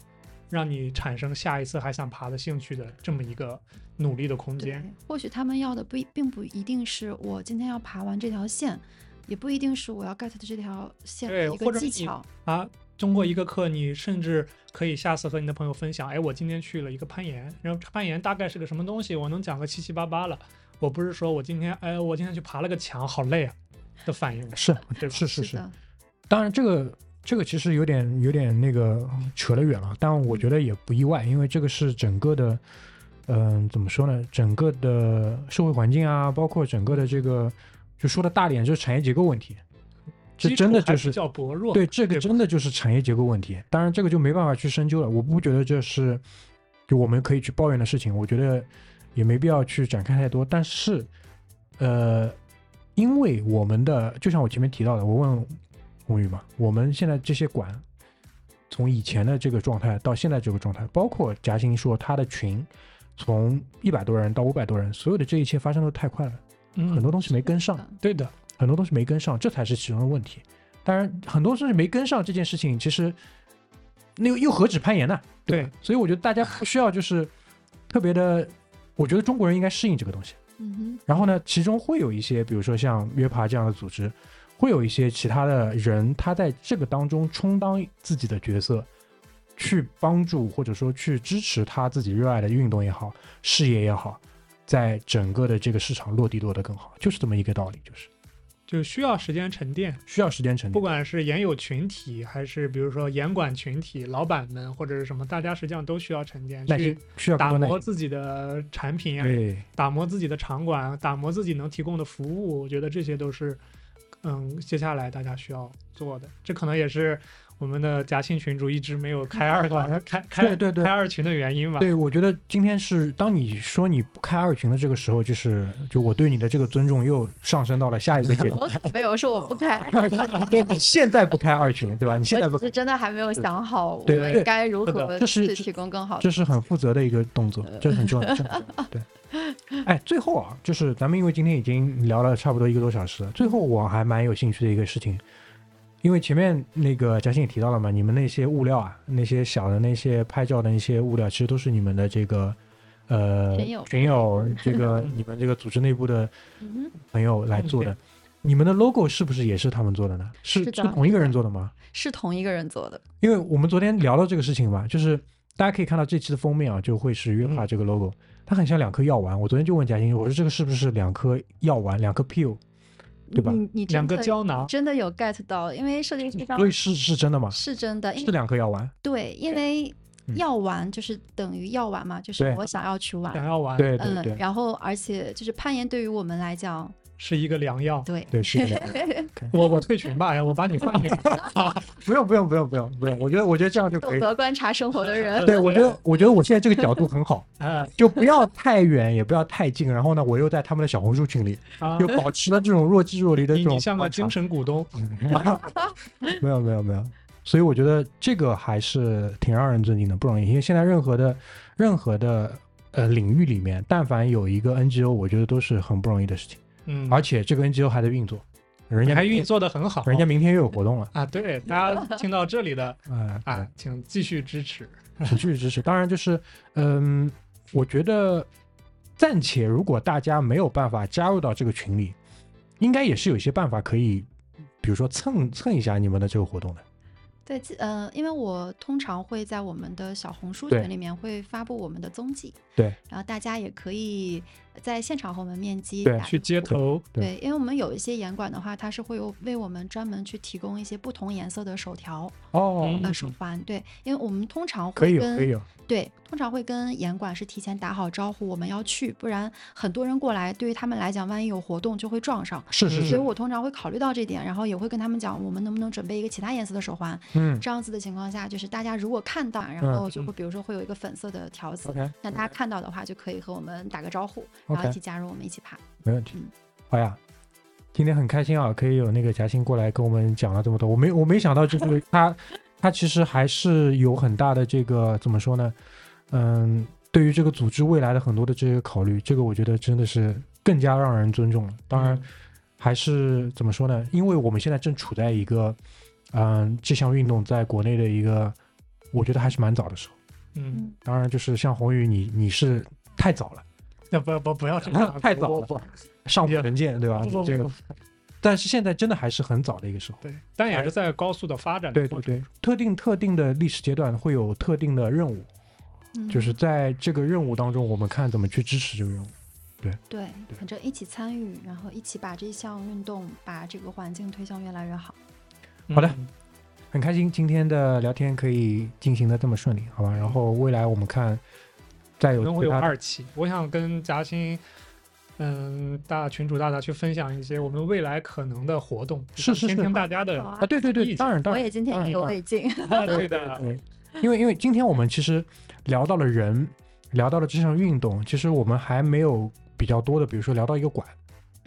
Speaker 1: 让你产生下一次还想爬的兴趣的这么一个努力的嗯空
Speaker 3: 对
Speaker 1: 间，，
Speaker 3: 或许他们要的不一并不一定是我今天要爬完这条线，也不一定是我要 get 的这条线
Speaker 1: 对
Speaker 3: 的一
Speaker 1: 或
Speaker 3: 个
Speaker 1: 者
Speaker 3: 技
Speaker 1: 你
Speaker 3: 巧。
Speaker 1: 啊，通过一个课，你甚至可以下次和你的朋友分享，哎，我今天去了一个攀岩，然后攀岩大概是个什么东西，我能讲个七七八八了。我不是说我今天，哎，我今天去爬了个墙，好累啊的反 应，
Speaker 2: 是
Speaker 1: 对吧？
Speaker 2: 是是是，
Speaker 3: 的，
Speaker 2: 当然这个这个其实有点有点那个扯得远了，但我
Speaker 1: 嗯
Speaker 2: 觉得也不意外，因为这个是整个的，嗯、怎么说呢？整个的社会环境啊，包括整个的这个，就说的大点，就是产业结构问题。这
Speaker 1: 基础
Speaker 2: 真的
Speaker 1: 还
Speaker 2: 就
Speaker 1: 比
Speaker 2: 是
Speaker 1: 较薄弱，
Speaker 2: 对，这
Speaker 1: 对
Speaker 2: 个
Speaker 1: 吧
Speaker 2: 真的就是产业结构问题。当然，这个就没办法去深究了。我不觉得这是就我们可以去抱怨的事情，我觉得也没必要去展开太多。但是，呃，因为我们的就像我前面提到的，我问红宇嘛，我们现在这些馆从以前的这个状态到现在这个状态，包括夹心说他的群从一百多人到五百多人，所有的这一切发生的太快了，
Speaker 1: 嗯，
Speaker 2: 很多东西没跟上。
Speaker 3: 是的
Speaker 1: 对的，
Speaker 2: 很多东西没跟上，这才是其中的问题。当然，很多东西没跟上这件事情，其实那又又何止攀岩呢？对吧，所以我觉得大家不需要就是特别的，我觉得中国人应该适应这个东西。
Speaker 3: 嗯哼，
Speaker 2: 然后呢，其中会有一些，比如说像约爬这样的组织，会有一些其他的人，他在这个当中充当自己的角色，去帮助或者说去支持他自己热爱的运动也好，事业也好，在整个的这个市场落地落得更好，就是这么一个道理，就是
Speaker 1: 就需要时间沉淀。
Speaker 2: 需要时间沉淀
Speaker 1: 不。管是研友群体，还是比如说严管群体、老板们或者是什么，大家实际上都需要沉淀，
Speaker 2: 耐
Speaker 1: 去
Speaker 2: 心需要
Speaker 1: 打
Speaker 2: 更多耐
Speaker 1: 磨
Speaker 2: 心。
Speaker 1: 自己的产品啊呀、
Speaker 2: 对，
Speaker 1: 打磨自己的场馆，打磨自己能提供的服务，我觉得这些都是，嗯，接下来大家需要做的。这可能也是我们的夹心群主一直没有开二馆、开开
Speaker 2: 嗯对对对
Speaker 1: 开二群的原因吧。
Speaker 2: 对，我觉得今天是当你说你不开二群的这个时候，就是就我对你的这个尊重又上升到了下一个阶段。
Speaker 3: 我没有说 我不开，
Speaker 2: 对你现在不开二群，对吧？你现在不
Speaker 3: 我只是真的还没有想好我
Speaker 2: 对对
Speaker 3: 们该如
Speaker 1: 是的
Speaker 3: 何
Speaker 2: 这是
Speaker 3: 去
Speaker 2: 这
Speaker 3: 提供更好的。
Speaker 2: 这是很负责的一个动作，这很重要。这很重要对，哎，最后啊，就是咱们因为今天已经聊了差不多一个多小时了，最后我还蛮有兴趣的一个事情，因为前面那个嘉欣也提到了嘛，你们那些物料啊，那些小的那些拍照的那些物料，其实都是你们的这个呃
Speaker 3: 群友
Speaker 2: 群友这个你们这个组织内部的
Speaker 3: 嗯哼，
Speaker 2: 朋友来做的。你们的 logo 是不是也是他们做的呢？是
Speaker 3: 是的
Speaker 2: 同一个人做的吗？
Speaker 3: 是同一个人做的，
Speaker 2: 因为我们昨天聊到这个事情嘛，就是大家可以看到这期的封面啊，就会是约帕
Speaker 1: 嗯
Speaker 2: 这个 logo，、它很像两颗药丸。我昨天就问贾欣，我说这个是不是两颗药丸，两颗 pill，对吧？
Speaker 3: 你你真
Speaker 1: 两个
Speaker 3: 的
Speaker 1: 胶囊，
Speaker 3: 真的有 get 到，因为设计师上
Speaker 2: 所以是是真的吗？
Speaker 3: 是真的，因
Speaker 2: 是两颗药丸，
Speaker 3: 对，因为
Speaker 2: 嗯
Speaker 3: 药丸就是等于药丸嘛，就是
Speaker 2: 对
Speaker 3: 我想要去玩，
Speaker 1: 想要玩，
Speaker 2: 对对
Speaker 3: 嗯，
Speaker 2: 对
Speaker 3: 然后而且就是攀岩对于我们来讲，
Speaker 1: 是一个良药。
Speaker 3: 对，
Speaker 2: 对，是两个。
Speaker 1: 我我退群吧，哎，我把你换给
Speaker 2: 不用不用不用不用不用，我觉得我觉得这样就可
Speaker 3: 懂
Speaker 2: 以。
Speaker 3: 得观察生活的人，
Speaker 2: 对，我觉得我觉得我现在这个角度很 好，
Speaker 1: 哎
Speaker 2: 就不要太远，也不要太近。然后呢，我又在他们的小红书群里，
Speaker 1: 啊
Speaker 2: 就，保持了这种若即若离的这
Speaker 1: 你
Speaker 2: 种呃
Speaker 1: 你像个
Speaker 2: 观察
Speaker 1: 精神股东，
Speaker 2: 没有没有没有，所以我觉得这个还是挺让人尊敬的，不容易。因为现在任何的任何的呃领域里面，但凡有一个 NGO，我觉得都是很不容易的事情。
Speaker 1: 嗯，
Speaker 2: 而且这个 NGO 还在运作，人
Speaker 1: 你
Speaker 2: 家
Speaker 1: 还运作的很好，
Speaker 2: 人家明天又有活动了，
Speaker 1: 啊，对，大家听到这里 的
Speaker 2: 呃，
Speaker 1: 啊，请继续支持，
Speaker 2: 请继续支持。当然就是，嗯，我觉得暂且如果大家没有办法加入到这个群里，应该也是有一些办法可以，比如说蹭蹭一下你们的这个活动的。
Speaker 3: 对，基呃，因为我通常会在我们的小红书
Speaker 2: 对
Speaker 3: 群里面会发布我们的踪迹，
Speaker 2: 对，
Speaker 3: 然后大家也可以在现场和我们面基
Speaker 2: 对
Speaker 3: 打
Speaker 1: 去街头，
Speaker 2: 对
Speaker 3: 对，因为我们有一些严管的话，它是会有为我们专门去提供一些不同颜色的手条、
Speaker 2: 哦
Speaker 1: 嗯，
Speaker 3: 呃手环，对，因为我们通常
Speaker 2: 可以
Speaker 3: 会
Speaker 2: 有，可以
Speaker 3: 跟
Speaker 2: 有，
Speaker 3: 对，通常会跟严管是提前打好招呼，我们要去，不然很多人过来，对于他们来讲，万一有活动就会撞上，
Speaker 2: 是
Speaker 1: 嗯
Speaker 2: 是
Speaker 3: 所以
Speaker 2: 是，
Speaker 3: 我通常会考虑到这点，然后也会跟他们讲，我们能不能准备一个其他颜色的手环，
Speaker 2: 嗯
Speaker 3: 这样子的情况下，就是大家如果看到，然
Speaker 2: 嗯
Speaker 3: 后就会比如说会有一个粉色的条子，
Speaker 2: ，OK，
Speaker 3: 那大家看到的话就可以和我们打个招呼，然后
Speaker 2: OK
Speaker 3: 一起加入我们一起爬。
Speaker 2: 没问题
Speaker 3: 嗯。
Speaker 2: 好呀，今天很开心啊，可以有那个夹心过来跟我们讲了这么多，我没我没想到就是 他他其实还是有很大的这个怎么说呢？嗯，对于这个组织未来的很多的这些考虑，这个我觉得真的是更加让人尊重了。
Speaker 1: 嗯
Speaker 2: 当然，还是怎么说呢？因为我们现在正处在一个，嗯、这项运动在国内的一个，我觉得还是蛮早的时候。
Speaker 1: 嗯，
Speaker 2: 当然，就是像宏宇你，你是太早了，
Speaker 1: 那不不不 要这 样，
Speaker 2: 太早
Speaker 1: 不
Speaker 2: 了，上古神剑对吧？
Speaker 1: 不不
Speaker 2: 这个
Speaker 1: 不，，
Speaker 2: 但是现在真的还是很早的一个时候。
Speaker 1: 对，但也是在高速的发展的
Speaker 2: 哎对
Speaker 1: 过
Speaker 2: 对
Speaker 1: 程
Speaker 2: 对，特定特定的历史阶段会有特定的任务，
Speaker 3: 嗯
Speaker 2: 就是在这个任务当中，我们看怎么去支持这个任务。
Speaker 3: 对，反正一起参与，然后一起把这项运动、把这个环境推向越来越好。
Speaker 1: 中
Speaker 2: 好的
Speaker 1: 嗯
Speaker 2: 很开心今天的聊天可以进行的这么顺利，好吧？然后未来我们看再
Speaker 1: 可能
Speaker 2: 有
Speaker 1: 会
Speaker 2: 其
Speaker 1: 有
Speaker 2: 他的
Speaker 1: 二期。我想跟夹心，嗯，大群主大大去分享一些我们未来可能的活动，
Speaker 2: 是是
Speaker 1: 听
Speaker 2: 是
Speaker 1: 听大家的
Speaker 3: 好啊
Speaker 2: 啊，对对对，当然当
Speaker 3: 我
Speaker 2: 然，
Speaker 3: 也今天意犹未尽，
Speaker 1: 对的，
Speaker 2: 对，因为因为今天我们其实聊到了人，聊到了这项运动，其实我们还没有比较多的，比如说聊到一个馆，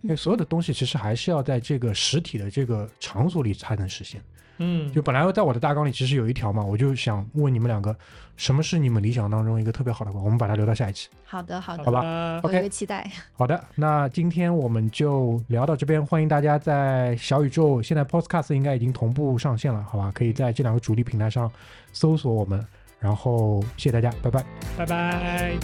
Speaker 2: 因为所有的东西其实还是要在这个实体的这个场所里才能实现。
Speaker 1: 嗯，
Speaker 2: 就本来在我的大纲里其实有一条嘛，我就想问你们两个，什么是你们理想当中一个特别好的馆？我们把它留到下一期。
Speaker 3: 好的，好的，
Speaker 2: 吧
Speaker 1: 吧，
Speaker 3: 我有一
Speaker 2: OK
Speaker 3: 个期待。
Speaker 2: 好的，那今天我们就聊到这边，欢迎大家在小宇宙，现在 Podcast 应该已经同步上线了，好吧？可以在这两个主力平台上搜索我们，然后谢谢大家，拜拜。
Speaker 1: 拜拜。